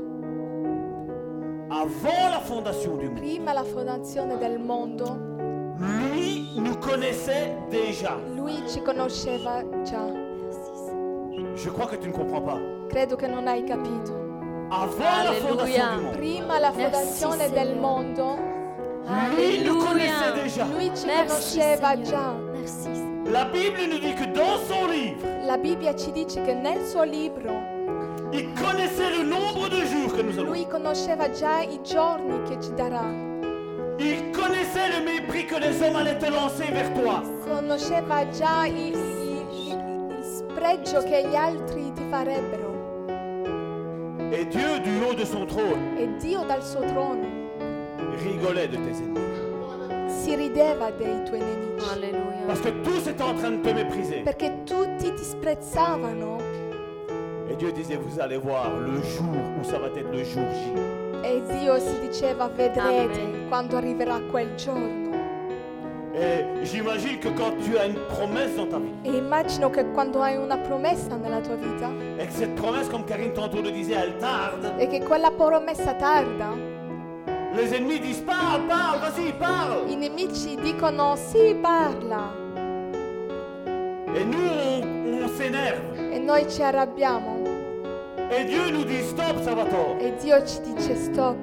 [SPEAKER 2] Avant la fondation du monde,
[SPEAKER 3] Prima la fondazione del mondo,
[SPEAKER 2] lui nous connaissait déjà.
[SPEAKER 3] lui ci conosceva già.
[SPEAKER 2] Je crois que tu ne comprends pas.
[SPEAKER 3] Credo che non hai capito.
[SPEAKER 2] Avant la
[SPEAKER 1] Alléluia.
[SPEAKER 2] fondation du monde,
[SPEAKER 3] Prima la
[SPEAKER 1] Merci,
[SPEAKER 3] fondazione del
[SPEAKER 1] Signore.
[SPEAKER 3] mondo,
[SPEAKER 2] lui nous connaissait déjà.
[SPEAKER 3] lui ci
[SPEAKER 1] Merci,
[SPEAKER 3] conosceva
[SPEAKER 1] Seigneur.
[SPEAKER 3] già.
[SPEAKER 1] Merci. Seigneur.
[SPEAKER 2] La Bible nous dit que dans son livre,
[SPEAKER 3] La Bibbia ci dice che nel suo libro
[SPEAKER 2] il connaissait le nombre de jours que nous avons.
[SPEAKER 3] lui conosceva già i giorni che ci darà,
[SPEAKER 2] Il connaissait le mépris que les hommes allaient te lancer vers toi.
[SPEAKER 3] conosceva già i- i- i- il spreggio che gli altri ti farebbero.
[SPEAKER 2] Et Dieu, du haut de son trône,
[SPEAKER 3] E Dio dal suo trono
[SPEAKER 2] rigolait de tes ennemis.
[SPEAKER 3] si rideva dei tuoi nemici,
[SPEAKER 1] Alléluia.
[SPEAKER 2] Parce que tous étaient en train de te mépriser.
[SPEAKER 3] perché tutti ti sprezzavano.
[SPEAKER 2] Et Dieu disait, vous allez voir le jour où ça va être le jour J.
[SPEAKER 3] E Dio si diceva vedrete
[SPEAKER 1] Amen.
[SPEAKER 3] quando arriverà quel giorno.
[SPEAKER 2] Et j'imagine que quand tu as une promesse dans ta vie,
[SPEAKER 3] E immagino che quando hai una promessa nella tua vita
[SPEAKER 2] et que cette promesse, comme Karine tantôt le disait, elle tarde,
[SPEAKER 3] e che quella promessa tarda,
[SPEAKER 2] les ennemis disent, parle, parle, vas-y, parle.
[SPEAKER 3] i nemici dicono sì parla
[SPEAKER 2] Et nous, on, on s'énerve.
[SPEAKER 3] e noi ci arrabbiamo
[SPEAKER 2] Et Dieu nous dit, stop, Salvatore,
[SPEAKER 3] e Dio ci dice stop,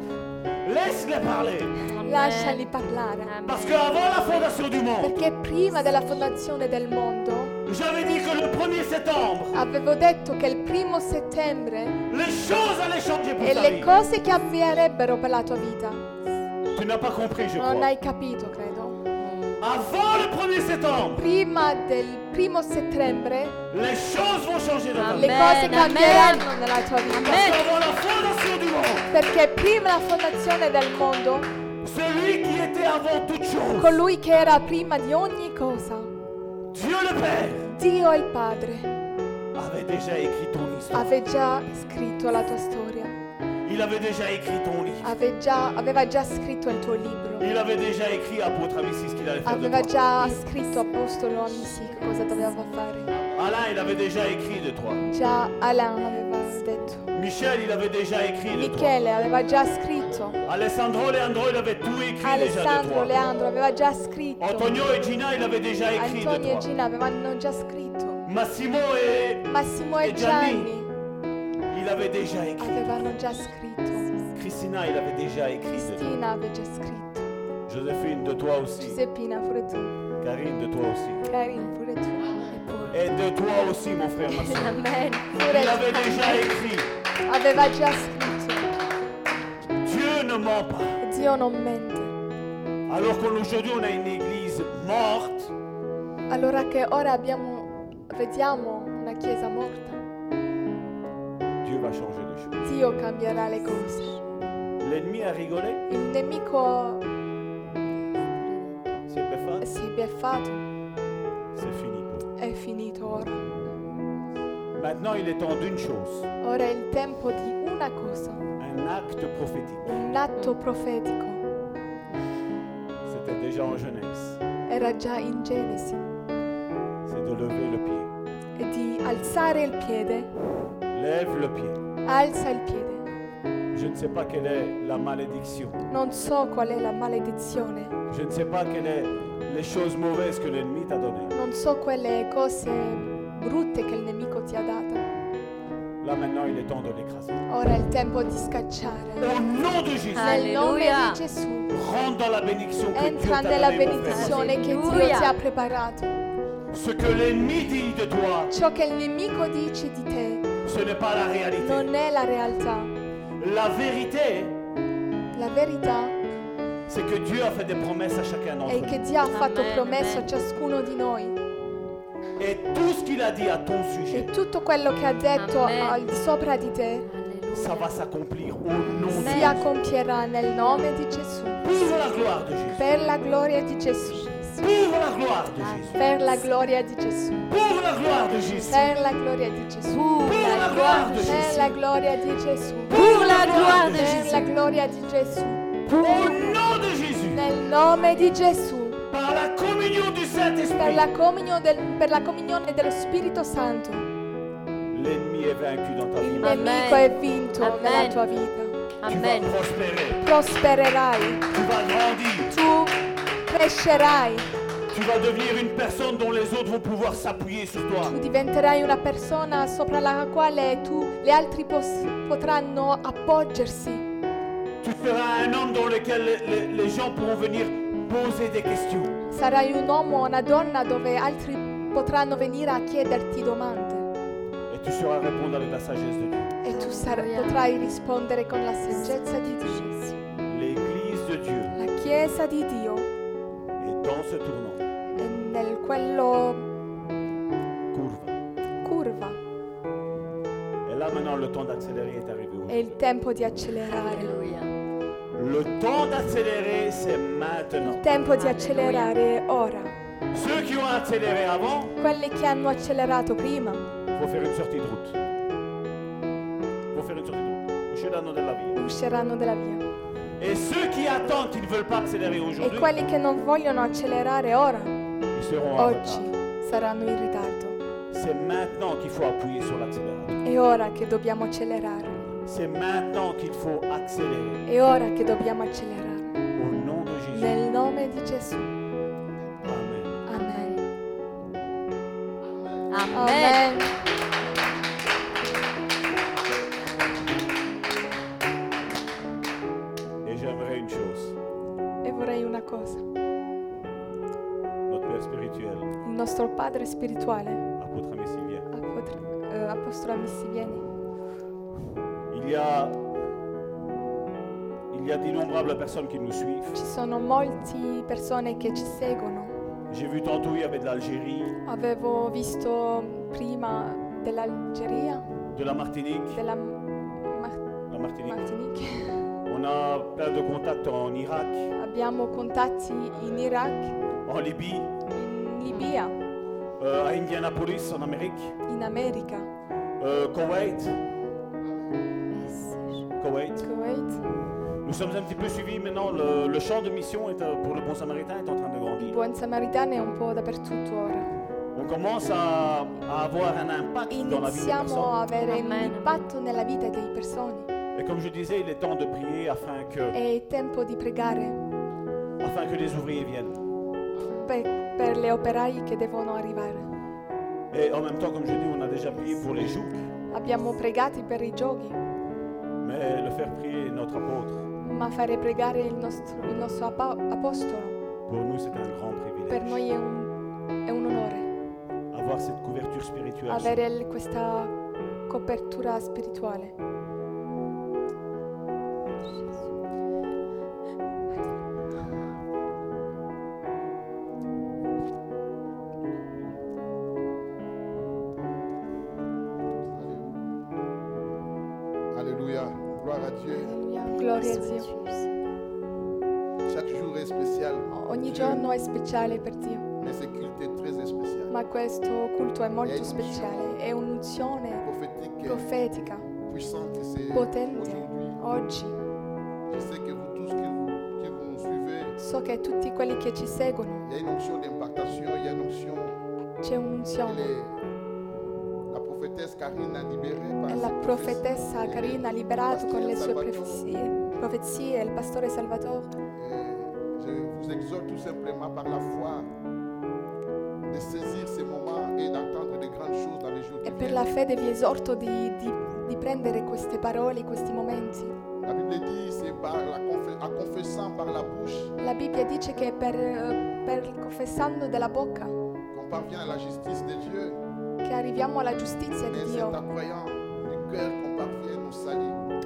[SPEAKER 2] laisse-les parler.
[SPEAKER 3] lasciali parlare.
[SPEAKER 2] Parce qu'avant la fondation du monde,
[SPEAKER 3] Perché prima della fondazione del mondo
[SPEAKER 2] j'avais dit que le 1er septembre,
[SPEAKER 3] avevo detto che il primo settembre
[SPEAKER 2] les choses allaient changer pour
[SPEAKER 3] e
[SPEAKER 2] ta
[SPEAKER 3] le
[SPEAKER 2] vie.
[SPEAKER 3] cose che avvierebbero per la tua vita.
[SPEAKER 2] Tu n'as pas compris, je
[SPEAKER 3] Non
[SPEAKER 2] crois.
[SPEAKER 3] hai capito, credo.
[SPEAKER 2] Avant le 1er septembre,
[SPEAKER 3] Prima del primo settembre
[SPEAKER 2] les choses vont changer dans ta vie.
[SPEAKER 3] Le cose
[SPEAKER 1] Amen,
[SPEAKER 3] cambieranno nella tua vita.
[SPEAKER 2] Parce qu'avant la fondation du monde,
[SPEAKER 3] Perché prima la fondazione del mondo,
[SPEAKER 2] celui qui était avant toute chose,
[SPEAKER 3] colui che era prima di ogni cosa,
[SPEAKER 2] Dieu le Père,
[SPEAKER 3] Dio il Padre,
[SPEAKER 2] avait déjà écrit ton histoire.
[SPEAKER 3] aveva già scritto la tua storia,
[SPEAKER 2] Il avait déjà écrit ton livre.
[SPEAKER 3] aveva già, aveva già scritto il tuo libro,
[SPEAKER 2] Il avait déjà écrit apôtre Amicis ce qu'il allait faire de
[SPEAKER 3] aveva
[SPEAKER 2] toi.
[SPEAKER 3] già scritto Apostolo Amici che cosa doveva fare.
[SPEAKER 2] Alain, il avait déjà écrit de toi.
[SPEAKER 3] Già Alain aveva detto.
[SPEAKER 2] Michel, il avait déjà écrit de toi.
[SPEAKER 3] Michele aveva già scritto,
[SPEAKER 2] Alessandro Leandro, il avait tout écrit déjà de
[SPEAKER 3] Alessandro
[SPEAKER 2] toi.
[SPEAKER 3] Leandro aveva già scritto,
[SPEAKER 2] Antonio et Gina, il avait déjà écrit de
[SPEAKER 3] Antonio e
[SPEAKER 2] toi.
[SPEAKER 3] Gina avevano già scritto,
[SPEAKER 2] Massimo et
[SPEAKER 3] Massimo
[SPEAKER 2] E
[SPEAKER 3] e
[SPEAKER 2] Gianni.
[SPEAKER 3] Gianni
[SPEAKER 2] il avait déjà écrit.
[SPEAKER 3] avevano già scritto,
[SPEAKER 2] Christina, il avait déjà écrit de toi.
[SPEAKER 3] Cristina aveva già scritto,
[SPEAKER 2] Joséphine, de toi aussi.
[SPEAKER 3] Giuseppina pure tu,
[SPEAKER 2] Karine, de toi aussi.
[SPEAKER 3] Karin pure tu,
[SPEAKER 2] Et de toi aussi, mon frère, ma soeur.
[SPEAKER 1] Amen.
[SPEAKER 2] Il avait déjà écrit.
[SPEAKER 3] aveva già scritto,
[SPEAKER 2] Dieu ne ment pas.
[SPEAKER 3] Dio non mente.
[SPEAKER 2] Alors qu'aujourd'hui, on a une église morte.
[SPEAKER 3] Allora che ora abbiamo, vediamo una chiesa morta,
[SPEAKER 2] Dieu va changer les choses.
[SPEAKER 3] Dio cambierà le cose.
[SPEAKER 2] L'ennemi a rigolé,
[SPEAKER 3] Il nemico
[SPEAKER 2] c'est Béfat,
[SPEAKER 3] si è beffato,
[SPEAKER 2] c'est fini. pour eux.
[SPEAKER 3] è finito ora.
[SPEAKER 2] Maintenant, il est temps d'une chose,
[SPEAKER 3] Ora è il tempo di una cosa,
[SPEAKER 2] un acte prophétique.
[SPEAKER 3] un atto profetico.
[SPEAKER 2] C'était déjà en jeunesse,
[SPEAKER 3] Era già in Genesi,
[SPEAKER 2] c'est de lever le pied.
[SPEAKER 3] e di alzare il piede,
[SPEAKER 2] Lève le pied.
[SPEAKER 3] alza il piede.
[SPEAKER 2] Je ne sais pas quelle est la malédiction.
[SPEAKER 3] Non so qual è la maledizione,
[SPEAKER 2] Je ne sais pas quelles sont les choses mauvaises que l'ennemi t'a données.
[SPEAKER 3] non so quelle cose brutte che il nemico ti ha dato.
[SPEAKER 2] Là, maintenant, il est temps de l'écraser.
[SPEAKER 3] Ora è il tempo di scacciare.
[SPEAKER 2] Au nom de Jésus,
[SPEAKER 1] Ah.
[SPEAKER 3] Nel nome
[SPEAKER 1] Alleluia.
[SPEAKER 3] di Gesù,
[SPEAKER 2] rentre dans la bénédiction que Dieu
[SPEAKER 3] entra
[SPEAKER 2] t'a
[SPEAKER 3] nella
[SPEAKER 2] donnée, mon frère.
[SPEAKER 3] benedizione che Dio
[SPEAKER 1] Alleluia.
[SPEAKER 3] ti ha preparato.
[SPEAKER 2] Ce que l'ennemi dit de toi,
[SPEAKER 3] Ciò che il nemico dice di te
[SPEAKER 2] ce n'est pas la réalité.
[SPEAKER 3] non è la realtà.
[SPEAKER 2] La vérité,
[SPEAKER 3] La verità
[SPEAKER 2] c'est que Dieu a fait des promesses à chacun d'entre
[SPEAKER 3] è
[SPEAKER 2] nous.
[SPEAKER 3] che Dio ha fatto
[SPEAKER 1] Amen,
[SPEAKER 3] promesso a
[SPEAKER 1] amen.
[SPEAKER 3] ciascuno di noi.
[SPEAKER 2] Et tout ce qu'il a dit à ton
[SPEAKER 3] E
[SPEAKER 2] sujet,
[SPEAKER 3] tutto quello che ha detto
[SPEAKER 1] Amen.
[SPEAKER 3] al di sopra di te
[SPEAKER 2] ça va s'accomplir au nom de
[SPEAKER 3] si
[SPEAKER 2] Jésus.
[SPEAKER 3] accompierà nel nome di Gesù.
[SPEAKER 2] Pour la gloire de Jésus.
[SPEAKER 3] Per la gloria di Gesù.
[SPEAKER 2] Pour la gloire de Jésus.
[SPEAKER 3] Per la gloria di Gesù.
[SPEAKER 2] Pour la gloire de Jésus.
[SPEAKER 3] Per la gloria di Gesù.
[SPEAKER 1] Pour la gloire de
[SPEAKER 3] Per
[SPEAKER 1] Jésus.
[SPEAKER 3] la gloria di Gesù.
[SPEAKER 1] Pour la gloire de
[SPEAKER 3] Per la
[SPEAKER 1] Jésus.
[SPEAKER 3] gloria di Gesù.
[SPEAKER 2] Au nom de Jésus.
[SPEAKER 3] Nel nome di Gesù.
[SPEAKER 2] Par la communion du
[SPEAKER 3] Per
[SPEAKER 2] Saint-Esprit.
[SPEAKER 3] la comunione, del- per la comunione dello Spirito Santo.
[SPEAKER 2] L'ennemi est vaincu dans ta
[SPEAKER 3] Il
[SPEAKER 2] vie.
[SPEAKER 1] Amen.
[SPEAKER 3] nemico è vinto
[SPEAKER 1] Amen.
[SPEAKER 3] nella tua vita.
[SPEAKER 2] Tu vas
[SPEAKER 1] Amen.
[SPEAKER 2] prospérer.
[SPEAKER 3] Prospererai.
[SPEAKER 2] Tu vas grandir.
[SPEAKER 3] Tu crescerai.
[SPEAKER 2] Tu vas devenir une personne dont les autres vont pouvoir s'appuyer sur toi.
[SPEAKER 3] Tu diventerai una persona sopra la quale tu, le altri pos- potranno appoggersi.
[SPEAKER 2] Tu seras un homme dans lequel les, les- les gens pourront venir poser des questions.
[SPEAKER 3] Sarai un uomo o una donna dove altri potranno venire a chiederti domande
[SPEAKER 2] Et tu sauras répondre avec la sagesse de Dieu.
[SPEAKER 3] e tu sar- potrai rispondere con la saggezza di Dio.
[SPEAKER 2] L'église de Dieu
[SPEAKER 3] La Chiesa di Dio
[SPEAKER 2] est dans ce tournant.
[SPEAKER 3] è nel quello
[SPEAKER 2] Courbe.
[SPEAKER 3] curva
[SPEAKER 2] Et là maintenant, le temps d'accélérer est arrivé.
[SPEAKER 3] è il tempo di accelerare.
[SPEAKER 1] Alléluia.
[SPEAKER 2] Le temps d'accélérer, c'est maintenant.
[SPEAKER 3] Il tempo di accelerare è ora.
[SPEAKER 2] Ceux qui ont accéléré avant,
[SPEAKER 3] Quelli che hanno accelerato prima
[SPEAKER 2] faut faire une sortie de route. faut faire une sortie de route. Uscire dans de la vie.
[SPEAKER 3] usciranno dalla via
[SPEAKER 2] Et ceux qui attendent, qui ne veulent pas accélérer
[SPEAKER 3] e
[SPEAKER 2] aujourd'hui,
[SPEAKER 3] quelli che non vogliono accelerare ora
[SPEAKER 2] ils seront en
[SPEAKER 3] Oggi
[SPEAKER 2] retard.
[SPEAKER 3] saranno in ritardo.
[SPEAKER 2] C'est maintenant qu'il faut appuyer sur l'accélérateur.
[SPEAKER 3] È ora che dobbiamo accelerare.
[SPEAKER 2] C'est maintenant qu'il faut accélérer.
[SPEAKER 3] È ora che dobbiamo accelerare.
[SPEAKER 2] Au nom de Jésus.
[SPEAKER 3] Nel nome di Gesù.
[SPEAKER 2] Amen.
[SPEAKER 3] Amen.
[SPEAKER 1] Amen.
[SPEAKER 3] Amen.
[SPEAKER 2] Et j'aimerais une chose.
[SPEAKER 3] E vorrei una cosa.
[SPEAKER 2] Notre Père spirituel,
[SPEAKER 3] Il nostro Padre spirituale,
[SPEAKER 2] apôtre Messilien,
[SPEAKER 3] Apostolo eh, Apostolo Missivieni,
[SPEAKER 2] Il y a, il y a d'innombrables personnes qui nous suivent.
[SPEAKER 3] ci sono molte persone che ci seguono.
[SPEAKER 2] J'ai vu tantôt il y avait de l'Algérie,
[SPEAKER 3] Avevo visto prima dell'Algeria,
[SPEAKER 2] de la Martinique.
[SPEAKER 3] della Mar-
[SPEAKER 2] La Martinique.
[SPEAKER 3] Martinique.
[SPEAKER 2] On a plein de contacts en Irak,
[SPEAKER 3] Abbiamo contatti in Iraq,
[SPEAKER 2] en Libye,
[SPEAKER 3] in Libia,
[SPEAKER 2] euh, à Indianapolis en Amérique,
[SPEAKER 3] in America,
[SPEAKER 2] euh, Koweït. Koweït.
[SPEAKER 3] Kuwait.
[SPEAKER 2] Nous sommes un petit peu suivis maintenant. Le, le champ de mission est, euh, pour le Bon Samaritain est en train de
[SPEAKER 3] Il
[SPEAKER 2] grandir.
[SPEAKER 3] buon samaritano è un po' dappertutto ora.
[SPEAKER 2] on commence à, à avoir un impact dans la vie des
[SPEAKER 3] Iniziamo
[SPEAKER 2] personnes.
[SPEAKER 3] a avere un
[SPEAKER 1] Amen.
[SPEAKER 3] impatto nella vita delle persone.
[SPEAKER 2] Et comme je disais, il est temps de prier afin que,
[SPEAKER 3] È tempo di pregare
[SPEAKER 2] afin que les ouvriers viennent.
[SPEAKER 3] per, per le operai che devono arrivare.
[SPEAKER 2] Et en même temps, comme je dis, on a déjà prié pour les jougs,
[SPEAKER 3] Abbiamo pregato per i giochi,
[SPEAKER 2] mais le faire prier notre apôtre,
[SPEAKER 3] ma fare pregare il nostro, il nostro apo- apostolo
[SPEAKER 2] pour nous, c'est un grand
[SPEAKER 3] per
[SPEAKER 2] privilège.
[SPEAKER 3] noi è un, è un onore
[SPEAKER 2] Avoir cette couverture spirituelle.
[SPEAKER 3] avere il- questa copertura spirituale.
[SPEAKER 5] Alléluia. Gloire à Dieu.
[SPEAKER 3] Gloria a Dio.
[SPEAKER 5] Chaque jour est spécial.
[SPEAKER 3] Ogni giorno è speciale per Dio,
[SPEAKER 5] Mais ce culte est très spécial.
[SPEAKER 3] ma questo culto è molto speciale, è un'unzione
[SPEAKER 5] Prophétique et
[SPEAKER 3] profetica,
[SPEAKER 5] puissant que c'est
[SPEAKER 3] potente.
[SPEAKER 5] aujourd'hui.
[SPEAKER 3] Oggi
[SPEAKER 5] Je sais que vous tous qui vous, qui vous nous suivez,
[SPEAKER 3] so che tutti quelli che ci seguono
[SPEAKER 5] il y a une notion d'impactation, il y a une notion
[SPEAKER 3] c'è
[SPEAKER 5] que
[SPEAKER 3] un'unzione.
[SPEAKER 5] les- la prophétesse Karine a libérée par
[SPEAKER 3] E la
[SPEAKER 5] ses
[SPEAKER 3] profetessa
[SPEAKER 5] prophéties.
[SPEAKER 3] Karina ha liberato con le sue
[SPEAKER 5] Pasteur
[SPEAKER 3] profezie, profezie il pastore Salvatore.
[SPEAKER 5] Et Je vous exhorte tout simplement par la foi de saisir ces moments et d'entendre de grandes choses dans les jours qui
[SPEAKER 3] E per
[SPEAKER 5] viennent.
[SPEAKER 3] la fede vi esorto di, di- di prendere queste parole, questi momenti.
[SPEAKER 5] La Bible dit, c'est par la confé- en confessant par la bouche
[SPEAKER 3] La Bibbia dice che per, eh, per confessando della bocca
[SPEAKER 5] qu'on parvient à la justice de Dieu,
[SPEAKER 3] che arriviamo alla giustizia di
[SPEAKER 5] mais c'est en
[SPEAKER 3] Dio,
[SPEAKER 5] croyant du cœur qu'on parvient au salut.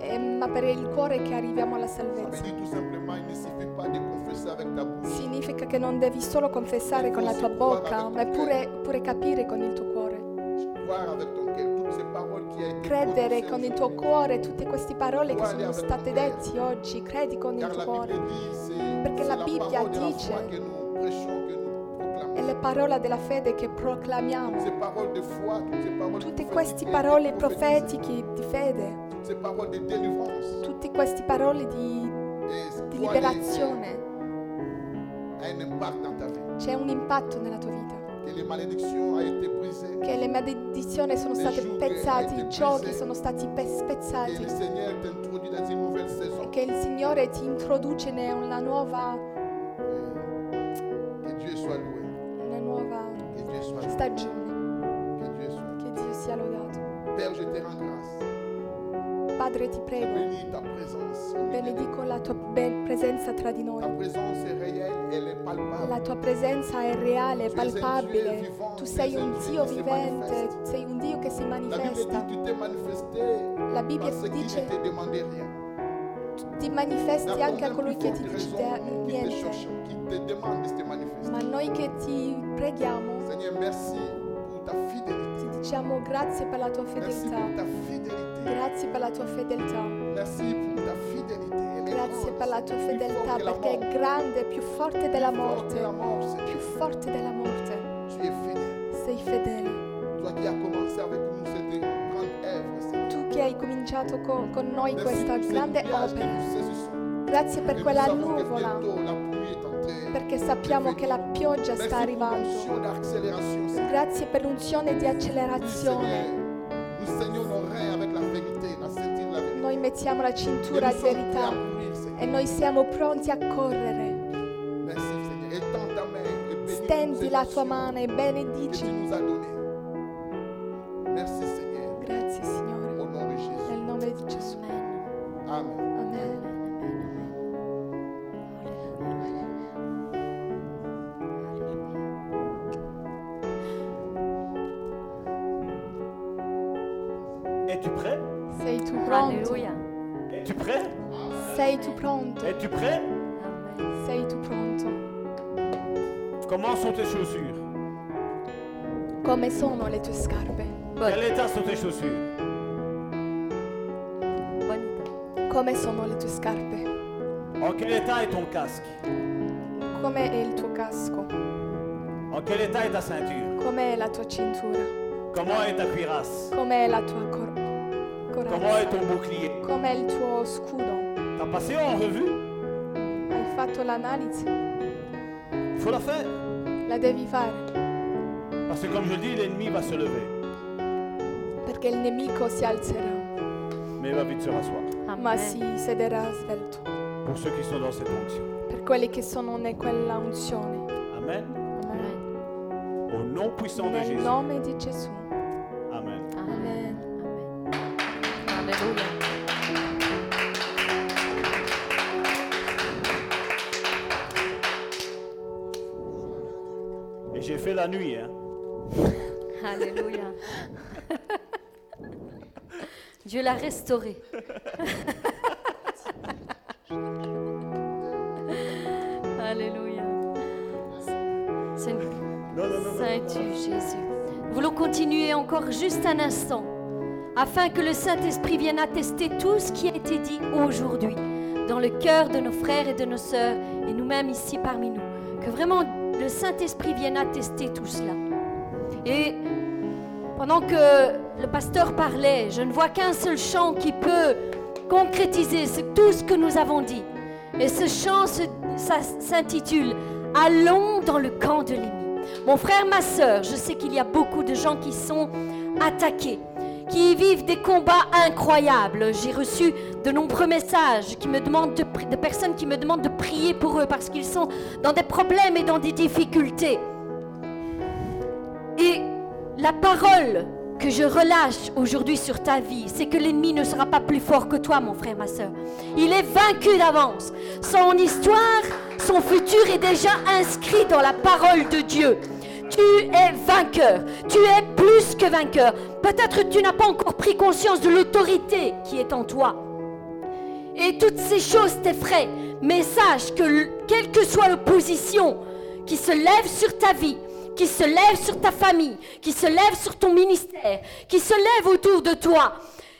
[SPEAKER 3] eh, ma per il cuore che arriviamo alla
[SPEAKER 5] Ça veut
[SPEAKER 3] salvezza.
[SPEAKER 5] dire tout simplement, il ne suffit pas de confesser avec ta bouche,
[SPEAKER 3] Significa che non devi solo confessare con la tua bocca, ma pure, pure capire con il tuo cuore.
[SPEAKER 5] croire avec ton cœur toutes ces paroles qui a été
[SPEAKER 3] Credere con il tuo cuore tutte queste parole che sono state dette oggi, credi con il
[SPEAKER 5] Car
[SPEAKER 3] tuo
[SPEAKER 5] la
[SPEAKER 3] cuore.
[SPEAKER 5] Bible dit, c'est
[SPEAKER 3] Perché
[SPEAKER 5] c'est
[SPEAKER 3] la
[SPEAKER 5] la,
[SPEAKER 3] Bibbia
[SPEAKER 5] parole de la
[SPEAKER 3] dice-
[SPEAKER 5] foi que nous prêchons, que nous proclamons.
[SPEAKER 3] È la parola della fede che proclamiamo.
[SPEAKER 5] Toutes ces paroles de foi, toutes ces paroles
[SPEAKER 3] Tutte
[SPEAKER 5] prophétiques
[SPEAKER 3] queste
[SPEAKER 5] qui ont été
[SPEAKER 3] parole
[SPEAKER 5] prophétisées,
[SPEAKER 3] profetiche di fede,
[SPEAKER 5] toutes ces paroles de délivrance
[SPEAKER 3] tutte queste parole di,
[SPEAKER 5] et
[SPEAKER 3] di
[SPEAKER 5] toi,
[SPEAKER 3] liberazione,
[SPEAKER 5] a un impact dans ta vie.
[SPEAKER 3] c'è un impatto nella tua vita.
[SPEAKER 5] Que les malédictions a été brisées.
[SPEAKER 3] Che le maledizioni sono state pezzate, i giochi sono stati pe-
[SPEAKER 5] Que le
[SPEAKER 3] spezzati.
[SPEAKER 5] Seigneur t'introduit dans une nouvelle
[SPEAKER 3] E
[SPEAKER 5] saison.
[SPEAKER 3] che il Signore ti introduce in una nuova,
[SPEAKER 5] Que Dieu soit loué.
[SPEAKER 3] una nuova
[SPEAKER 5] Que Dieu soit loué.
[SPEAKER 3] stagione.
[SPEAKER 5] Que Dieu soit loué.
[SPEAKER 3] Che Dio sia lodato.
[SPEAKER 5] Père, je te rends grâce.
[SPEAKER 3] Padre, ti
[SPEAKER 5] Je
[SPEAKER 3] prego,
[SPEAKER 5] bénis ta présence. au milieu de nous.
[SPEAKER 3] benedico la tua be- presenza tra di
[SPEAKER 5] Ta
[SPEAKER 3] noi.
[SPEAKER 5] présence est réelle, elle est
[SPEAKER 3] La
[SPEAKER 5] palpable.
[SPEAKER 3] tua presenza è reale, è
[SPEAKER 5] Tu sei un Dio
[SPEAKER 3] palpabile.
[SPEAKER 5] vivante,
[SPEAKER 3] Tu sei
[SPEAKER 5] sei un
[SPEAKER 3] un
[SPEAKER 5] Dio
[SPEAKER 3] Dio
[SPEAKER 5] che si
[SPEAKER 3] vivente,
[SPEAKER 5] manifesta.
[SPEAKER 3] sei un Dio che si
[SPEAKER 5] La Bible dit,
[SPEAKER 3] manifesta.
[SPEAKER 5] tu t'es manifesté
[SPEAKER 3] La Bibbia
[SPEAKER 5] parce qu'il ne
[SPEAKER 3] dice
[SPEAKER 5] te demandait rien.
[SPEAKER 3] ti manifesti anche a colui che ti dice
[SPEAKER 5] Nous qui te
[SPEAKER 3] niente.
[SPEAKER 5] cherchons, qui te demande de te manifester.
[SPEAKER 3] Ma noi che ti preghiamo,
[SPEAKER 5] Seigneur, merci pour ta fidélité.
[SPEAKER 3] ti diciamo grazie per la tua
[SPEAKER 5] Merci
[SPEAKER 3] fedeltà.
[SPEAKER 5] pour ta fidélité.
[SPEAKER 3] Grazie per la tua fedeltà.
[SPEAKER 5] Merci pour ta fidélité. Elle est
[SPEAKER 3] Grazie
[SPEAKER 5] grande,
[SPEAKER 3] per la tua
[SPEAKER 5] Seigneur, plus
[SPEAKER 3] fedeltà
[SPEAKER 5] fort que la
[SPEAKER 3] perché è
[SPEAKER 5] mort.
[SPEAKER 3] grande, più forte della
[SPEAKER 5] Plus fort que la
[SPEAKER 3] morte.
[SPEAKER 5] mort, Seigneur.
[SPEAKER 3] Più forte della morte.
[SPEAKER 5] Tu es fidèle.
[SPEAKER 3] Sei fedele.
[SPEAKER 5] Toi qui as commencé avec nous cette grande œuvre, Seigneur.
[SPEAKER 3] Tu che hai cominciato con, con noi
[SPEAKER 5] Merci
[SPEAKER 3] questa
[SPEAKER 5] pour ces
[SPEAKER 3] grande
[SPEAKER 5] nuages que
[SPEAKER 3] opera.
[SPEAKER 5] nous saisissons.
[SPEAKER 3] Grazie
[SPEAKER 5] Et
[SPEAKER 3] per
[SPEAKER 5] nous
[SPEAKER 3] quella
[SPEAKER 5] savons que
[SPEAKER 3] nuvola.
[SPEAKER 5] bientôt la pluie est entrée.
[SPEAKER 3] perché sappiamo che la pioggia
[SPEAKER 5] Merci
[SPEAKER 3] sta
[SPEAKER 5] pour l'onction
[SPEAKER 3] arrivando.
[SPEAKER 5] d'accélération, Seigneur.
[SPEAKER 3] Grazie per l'unzione di
[SPEAKER 5] Oui,
[SPEAKER 3] accelerazione.
[SPEAKER 5] Seigneur. Nous saignons nos reins avec la vérité, la sainteté de la vérité.
[SPEAKER 3] Noi mettiamo la
[SPEAKER 5] Et
[SPEAKER 3] cintura di
[SPEAKER 5] nous sommes prêts à
[SPEAKER 3] verità
[SPEAKER 5] mourir, Seigneur.
[SPEAKER 3] e noi siamo pronti a correre.
[SPEAKER 5] Merci Seigneur. Étends ta main et bénis
[SPEAKER 3] Stendi
[SPEAKER 5] toutes
[SPEAKER 3] la
[SPEAKER 5] ces
[SPEAKER 3] tua
[SPEAKER 5] nations
[SPEAKER 3] mano e
[SPEAKER 5] que tu
[SPEAKER 3] benedici.
[SPEAKER 5] nous as données. Merci Seigneur.
[SPEAKER 3] Grazie Signore.
[SPEAKER 5] Au nom de Jésus.
[SPEAKER 3] Nel nome di Gesù.
[SPEAKER 5] Amen.
[SPEAKER 3] Amen.
[SPEAKER 2] Es-tu prêt
[SPEAKER 3] Sei tu pronto?
[SPEAKER 1] Alléluia.
[SPEAKER 2] Es-tu prêt
[SPEAKER 3] Sei tu pronto?
[SPEAKER 2] Es-tu prêt
[SPEAKER 1] Amen.
[SPEAKER 3] Sei tu pronto?
[SPEAKER 2] Comment sont tes chaussures
[SPEAKER 3] Come sono le tue scarpe?
[SPEAKER 2] Quel état sont tes chaussures
[SPEAKER 1] Bonne étape.
[SPEAKER 3] Come sono le tue scarpe?
[SPEAKER 2] En quel état est ton casque
[SPEAKER 3] Come è il tuo casco?
[SPEAKER 2] En quel état est ta ceinture
[SPEAKER 3] Com'è la tua cintura?
[SPEAKER 2] Comment est ta cuirasse
[SPEAKER 3] Com'è la tua cor-
[SPEAKER 2] Comment est
[SPEAKER 3] corazza?
[SPEAKER 2] ton bouclier
[SPEAKER 3] Com'è il tuo scudo?
[SPEAKER 2] T'as passé en revue
[SPEAKER 3] Hai fatto l'analisi?
[SPEAKER 2] Faut la faire.
[SPEAKER 3] La devi fare.
[SPEAKER 2] Parce que comme je dis, l'ennemi va se lever,
[SPEAKER 3] perché il nemico si alzerà,
[SPEAKER 2] mais il va vite se rasseoir.
[SPEAKER 3] ma si sederà svelto
[SPEAKER 2] Pour ceux qui sont dans cette onction.
[SPEAKER 3] per quelli che sono in quella unzione.
[SPEAKER 2] Amen.
[SPEAKER 3] Amen.
[SPEAKER 2] Au nom puissant de
[SPEAKER 3] Nel
[SPEAKER 2] Jésus.
[SPEAKER 3] nome di Gesù.
[SPEAKER 2] Amen.
[SPEAKER 3] Amen.
[SPEAKER 1] Alléluia.
[SPEAKER 2] Et j'ai fait la nuit, hein.
[SPEAKER 1] Alléluia. Dieu l'a restauré. Alléluia. Seigneur.
[SPEAKER 2] Non, non, non, non.
[SPEAKER 1] Saint-Tu, Jésus. Nous voulons continuer encore juste un instant afin que le Saint-Esprit vienne attester tout ce qui a été dit aujourd'hui dans le cœur de nos frères et de nos sœurs et nous-mêmes ici parmi nous. Que vraiment le Saint-Esprit vienne attester tout cela. Et pendant que le pasteur parlait, je ne vois qu'un seul chant qui peut concrétiser ce- tout ce que nous avons dit. Et ce chant se- ça s'intitule Allons dans le camp de l'ennemi. Mon frère, ma sœur, je sais qu'il y a beaucoup de gens qui sont attaqués, qui vivent des combats incroyables. J'ai reçu de nombreux messages qui me demandent de, pri- de personnes qui me demandent de prier pour eux parce qu'ils sont dans des problèmes et dans des difficultés. Et la parole que je relâche aujourd'hui sur ta vie, c'est que l'ennemi ne sera pas plus fort que toi, mon frère, ma soeur. Il est vaincu d'avance. Son histoire, son futur est déjà inscrit dans la parole de Dieu. Tu es vainqueur. Tu es plus que vainqueur. Peut-être tu n'as pas encore pris conscience de l'autorité qui est en toi et toutes ces choses t'effraient. Mais sache que l- quelle que soit l'opposition qui se lève sur ta vie, qui se lève sur ta famille, qui se lève sur ton ministère, qui se lève autour de toi,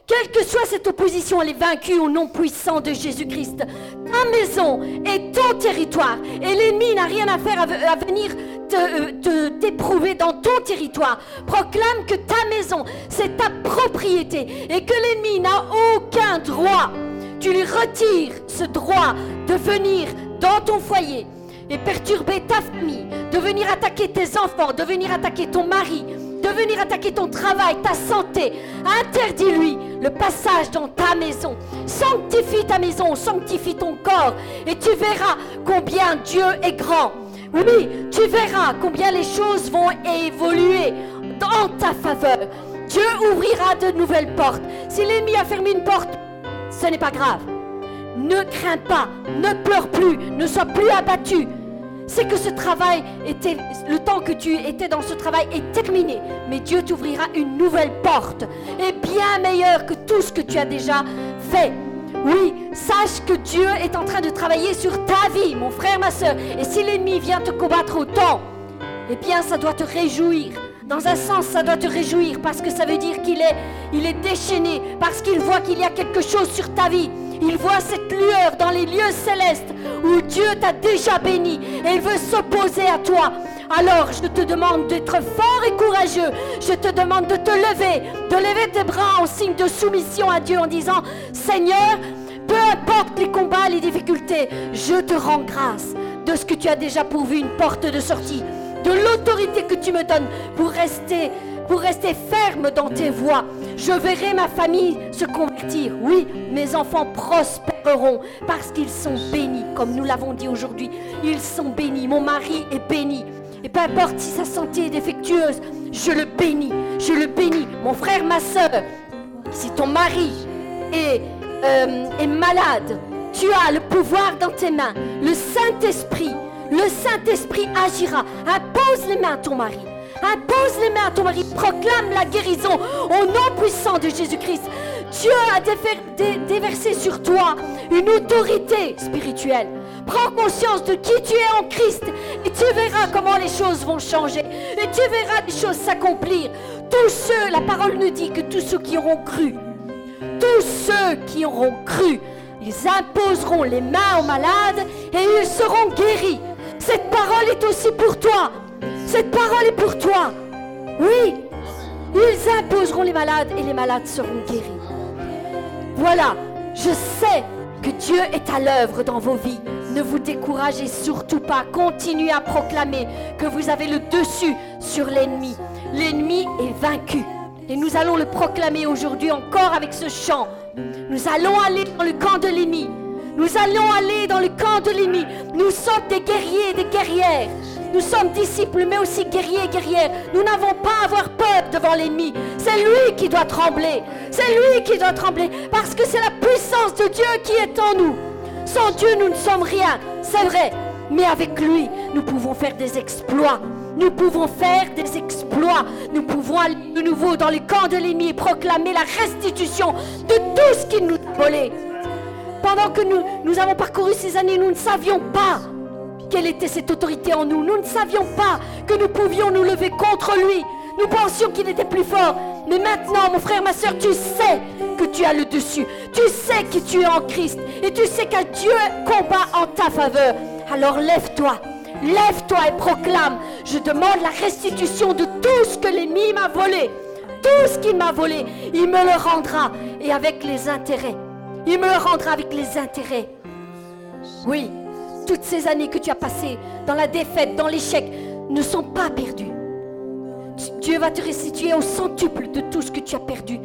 [SPEAKER 1] quelle que soit cette opposition, elle est vaincue au nom puissant de Jésus-Christ. Ta maison est ton territoire et l'ennemi n'a rien à faire à ve- à venir te- euh, te- t'éprouver dans ton territoire. Proclame que ta maison, c'est ta propriété et que l'ennemi n'a aucun droit tu lui retires ce droit de venir dans ton foyer et perturber ta famille, de venir attaquer tes enfants, de venir attaquer ton mari, de venir attaquer ton travail, ta santé. Interdis-lui le passage dans ta maison. Sanctifie ta maison, sanctifie ton corps et tu verras combien Dieu est grand. Oui, tu verras combien les choses vont évoluer dans ta faveur. Dieu ouvrira de nouvelles portes. Si l'ennemi a fermé une porte, ce n'est pas grave. Ne crains pas, ne pleure plus, ne sois plus abattu. C'est que ce travail était, le temps que tu étais dans ce travail est terminé, mais Dieu t'ouvrira une nouvelle porte et bien meilleure que tout ce que tu as déjà fait. Oui, sache que Dieu est en train de travailler sur ta vie, mon frère, ma soeur. Et si l'ennemi vient te combattre autant, eh bien, ça doit te réjouir. Dans un sens, ça doit te réjouir parce que ça veut dire qu'il est, il est déchaîné, parce qu'il voit qu'il y a quelque chose sur ta vie. Il voit cette lueur dans les lieux célestes où Dieu t'a déjà béni et il veut s'opposer à toi. Alors, je te demande d'être fort et courageux. Je te demande de te lever, de lever tes bras en signe de soumission à Dieu en disant, Seigneur, peu importe les combats, les difficultés, je te rends grâce de ce que tu as déjà pourvu une porte de sortie, de l'autorité que tu me donnes pour rester, pour rester ferme dans tes voies. Je verrai ma famille se convertir. Oui, mes enfants prospéreront parce qu'ils sont bénis, comme nous l'avons dit aujourd'hui. Ils sont bénis. Mon mari est béni. Et peu importe si sa santé est défectueuse, je le bénis. Je le bénis. Mon frère, ma soeur, si ton mari est, euh, est malade, tu as le pouvoir dans tes mains, le Saint-Esprit. Le Saint-Esprit agira. Impose les mains à ton mari. Impose les mains à ton mari. Proclame la guérison au nom puissant de Jésus-Christ. Dieu a défer- dé- déversé sur toi une autorité spirituelle. Prends conscience de qui tu es en Christ et tu verras comment les choses vont changer et tu verras les choses s'accomplir. Tous ceux, la parole nous dit que tous ceux qui auront cru, tous ceux qui auront cru, ils imposeront les mains aux malades et ils seront guéris. Cette parole est aussi pour toi. Cette parole est pour toi. Oui, ils imposeront les malades et les malades seront guéris. Voilà, je sais que Dieu est à l'œuvre dans vos vies. Ne vous découragez surtout pas. Continuez à proclamer que vous avez le dessus sur l'ennemi. L'ennemi est vaincu. Et nous allons le proclamer aujourd'hui encore avec ce chant. Nous allons aller dans le camp de l'ennemi. Nous allons aller dans le camp de l'ennemi. Nous sommes des guerriers et des guerrières. Nous sommes disciples, mais aussi guerriers et guerrières. Nous n'avons pas à avoir peur devant l'ennemi. C'est lui qui doit trembler. C'est lui qui doit trembler. Parce que c'est la puissance de Dieu qui est en nous. Sans Dieu, nous ne sommes rien, c'est vrai. Mais avec lui, nous pouvons faire des exploits. Nous pouvons faire des exploits. Nous pouvons aller de nouveau dans les camps de l'ennemi et proclamer la restitution de tout ce qu'il nous a volé. Pendant que nous, nous avons parcouru ces années, nous ne savions pas quelle était cette autorité en nous. Nous ne savions pas que nous pouvions nous lever contre lui. Nous pensions qu'il était plus fort. Mais maintenant, mon frère, ma soeur, tu sais que tu as le dessus. Tu sais que tu es en Christ. Et tu sais qu'un Dieu combat en ta faveur. Alors lève-toi. Lève-toi et proclame. Je demande la restitution de tout ce que l'ennemi m'a volé. Tout ce qu'il m'a volé, il me le rendra. Et avec les intérêts. Il me le rendra avec les intérêts. Oui, toutes ces années que tu as passées dans la défaite, dans l'échec, ne sont pas perdues. Tu- Dieu va te restituer au centuple de tout ce que tu as perdu.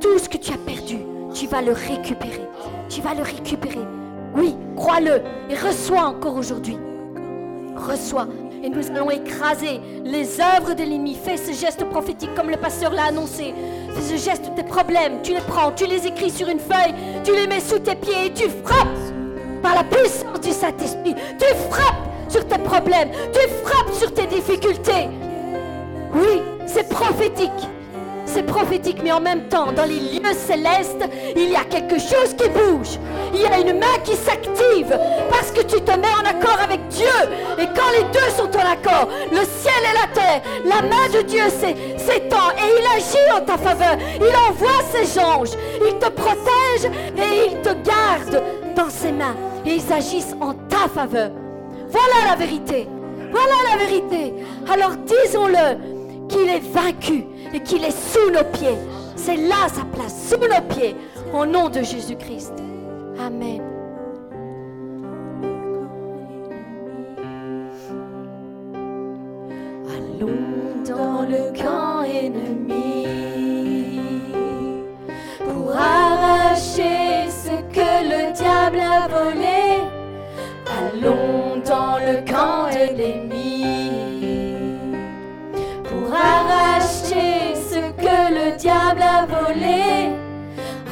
[SPEAKER 1] Tout ce que tu as perdu, tu vas le récupérer. Tu vas le récupérer. Oui, crois-le et reçois encore aujourd'hui. Reçois. Et nous allons écraser les œuvres de l'ennemi. Fais ce geste prophétique comme le pasteur l'a annoncé. Fais ce geste de tes problèmes. Tu les prends, tu les écris sur une feuille, tu les mets sous tes pieds et tu frappes par la puissance du Saint-Esprit. Tu frappes sur tes problèmes, tu frappes sur tes difficultés. Oui, c'est prophétique. C'est prophétique, mais en même temps, dans les lieux célestes, il y a quelque chose qui bouge. Il y a une main qui s'active parce que tu te mets en accord avec Dieu. Et quand les deux sont en accord, le ciel et la terre, la main de Dieu s'é- s'étend et il agit en ta faveur. Il envoie ses anges, il te protège et il te garde dans ses mains. Et ils agissent en ta faveur. Voilà la vérité. Voilà la vérité. Alors disons-le qu'il est vaincu et qu'il est sous nos pieds. C'est là sa place, sous nos pieds, au nom de Jésus-Christ. Amen. Allons dans le camp ennemi pour arracher ce que le diable a volé. Allons dans le camp de l'ennemi pour arracher ce que le diable a volé.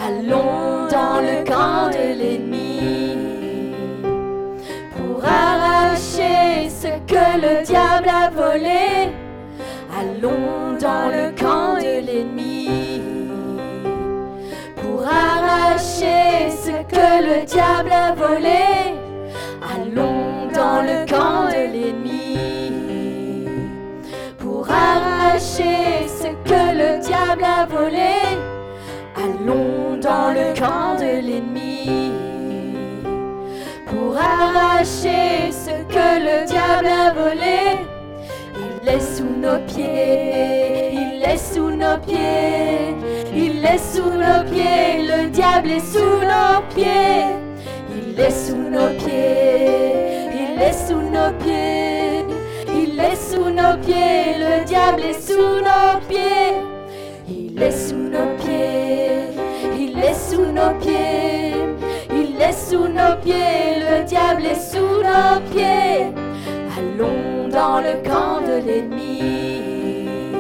[SPEAKER 1] Allons dans le camp de l'ennemi pour arracher ce que le diable a volé. Allons dans le camp de l'ennemi pour arracher ce que le diable a volé. Allons dans le camp de l'ennemi pour arracher ce que le diable a volé. Allons dans le camp de l'ennemi pour arracher ce que le diable a volé. Il est sous nos pieds, il est sous nos pieds, il est sous nos pieds, le diable est sous nos pieds, il est sous nos pieds, il est sous nos pieds, il est sous nos pieds, le diable est sous nos pieds, il est sous nos pieds, il est sous nos pieds, il est sous nos pieds, le diable est sous nos pieds. Allons dans le camp de l'ennemi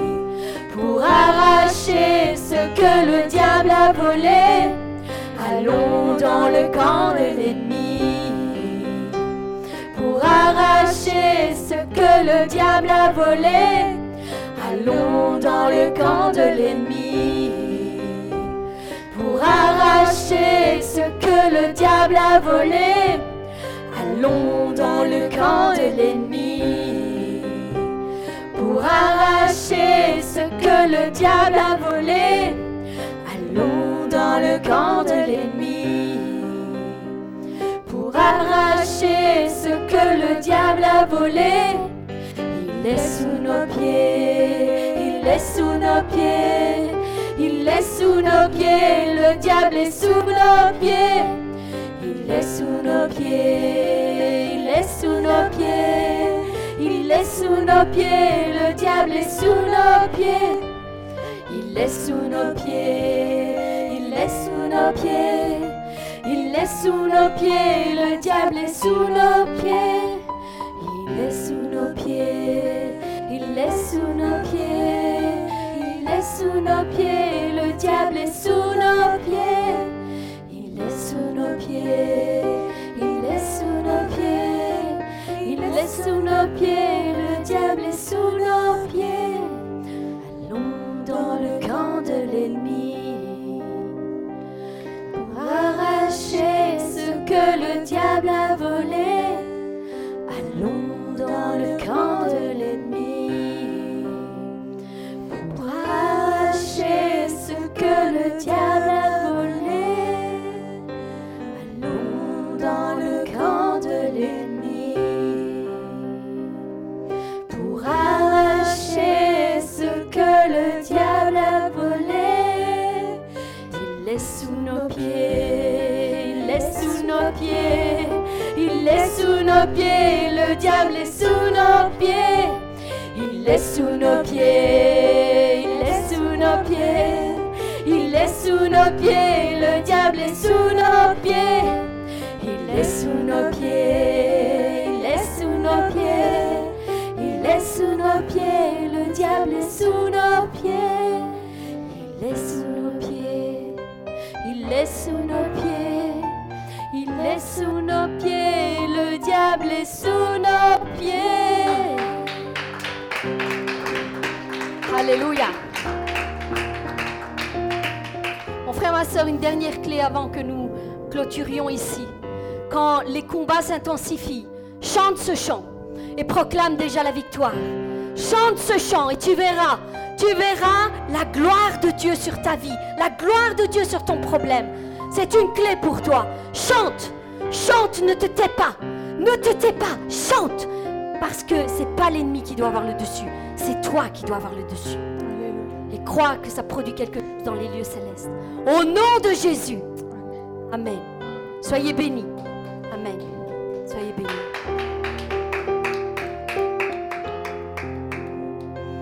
[SPEAKER 1] pour arracher ce que le diable a volé. Allons dans le camp de l'ennemi pour arracher ce que le diable a volé. Allons dans le camp de l'ennemi pour arracher ce que le diable a volé. Allons dans le camp de l'ennemi pour arracher ce que le diable a volé. Allons dans le camp de l'ennemi pour arracher ce que le diable a volé. Il est sous nos pieds, il est sous nos pieds, il est sous nos pieds, le diable est sous nos pieds. Il est est sous nos pieds, il est sous nos pieds, il est sous nos pieds, le diable est sous nos pieds, il est sous nos pieds, il est sous nos pieds, il est sous nos pieds, le diable est sous nos pieds, il est sous nos pieds, il est sous nos pieds, il est sous nos pieds, le diable est sous nos pieds. Il est sous nos pieds, il est sous nos pieds, il est sous nos pieds, le diable est sous nos pieds. Allons dans le camp de l'ennemi pour arracher ce que le diable a volé. Allons dans le camp de l'ennemi pour arracher ce que le diable a volé. Allons dans le camp de l'ennemi pour arracher ce que le diable a volé. Il est sous nos pieds, il est sous nos pieds, il est sous nos pieds, le diable est sous nos pieds. Il est sous nos pieds, il est sous nos pieds, il est sous nos pieds, le diable est sous nos pieds. Il est sous nos pieds, il est sous nos pieds, il est sous nos pieds, le diable est sous nos pieds. Il est sous nos pieds, il est sous nos pieds, il est sous nos pieds, le diable est sous nos pieds. Alléluia. Mon frère, ma soeur, une dernière clé avant que nous clôturions ici. Quand les combats s'intensifient, chante ce chant et proclame déjà la victoire. Chante ce chant et tu verras, tu verras la gloire de Dieu sur ta vie, la gloire de Dieu sur ton problème. C'est une clé pour toi. Chante, chante, ne te tais pas, ne te tais pas, chante. Parce que c'est pas l'ennemi qui doit avoir le dessus, c'est toi qui dois avoir le dessus et crois que ça produit quelque chose dans les lieux célestes. Au nom de Jésus. Amen. Soyez bénis. Amen. Soyez bénis.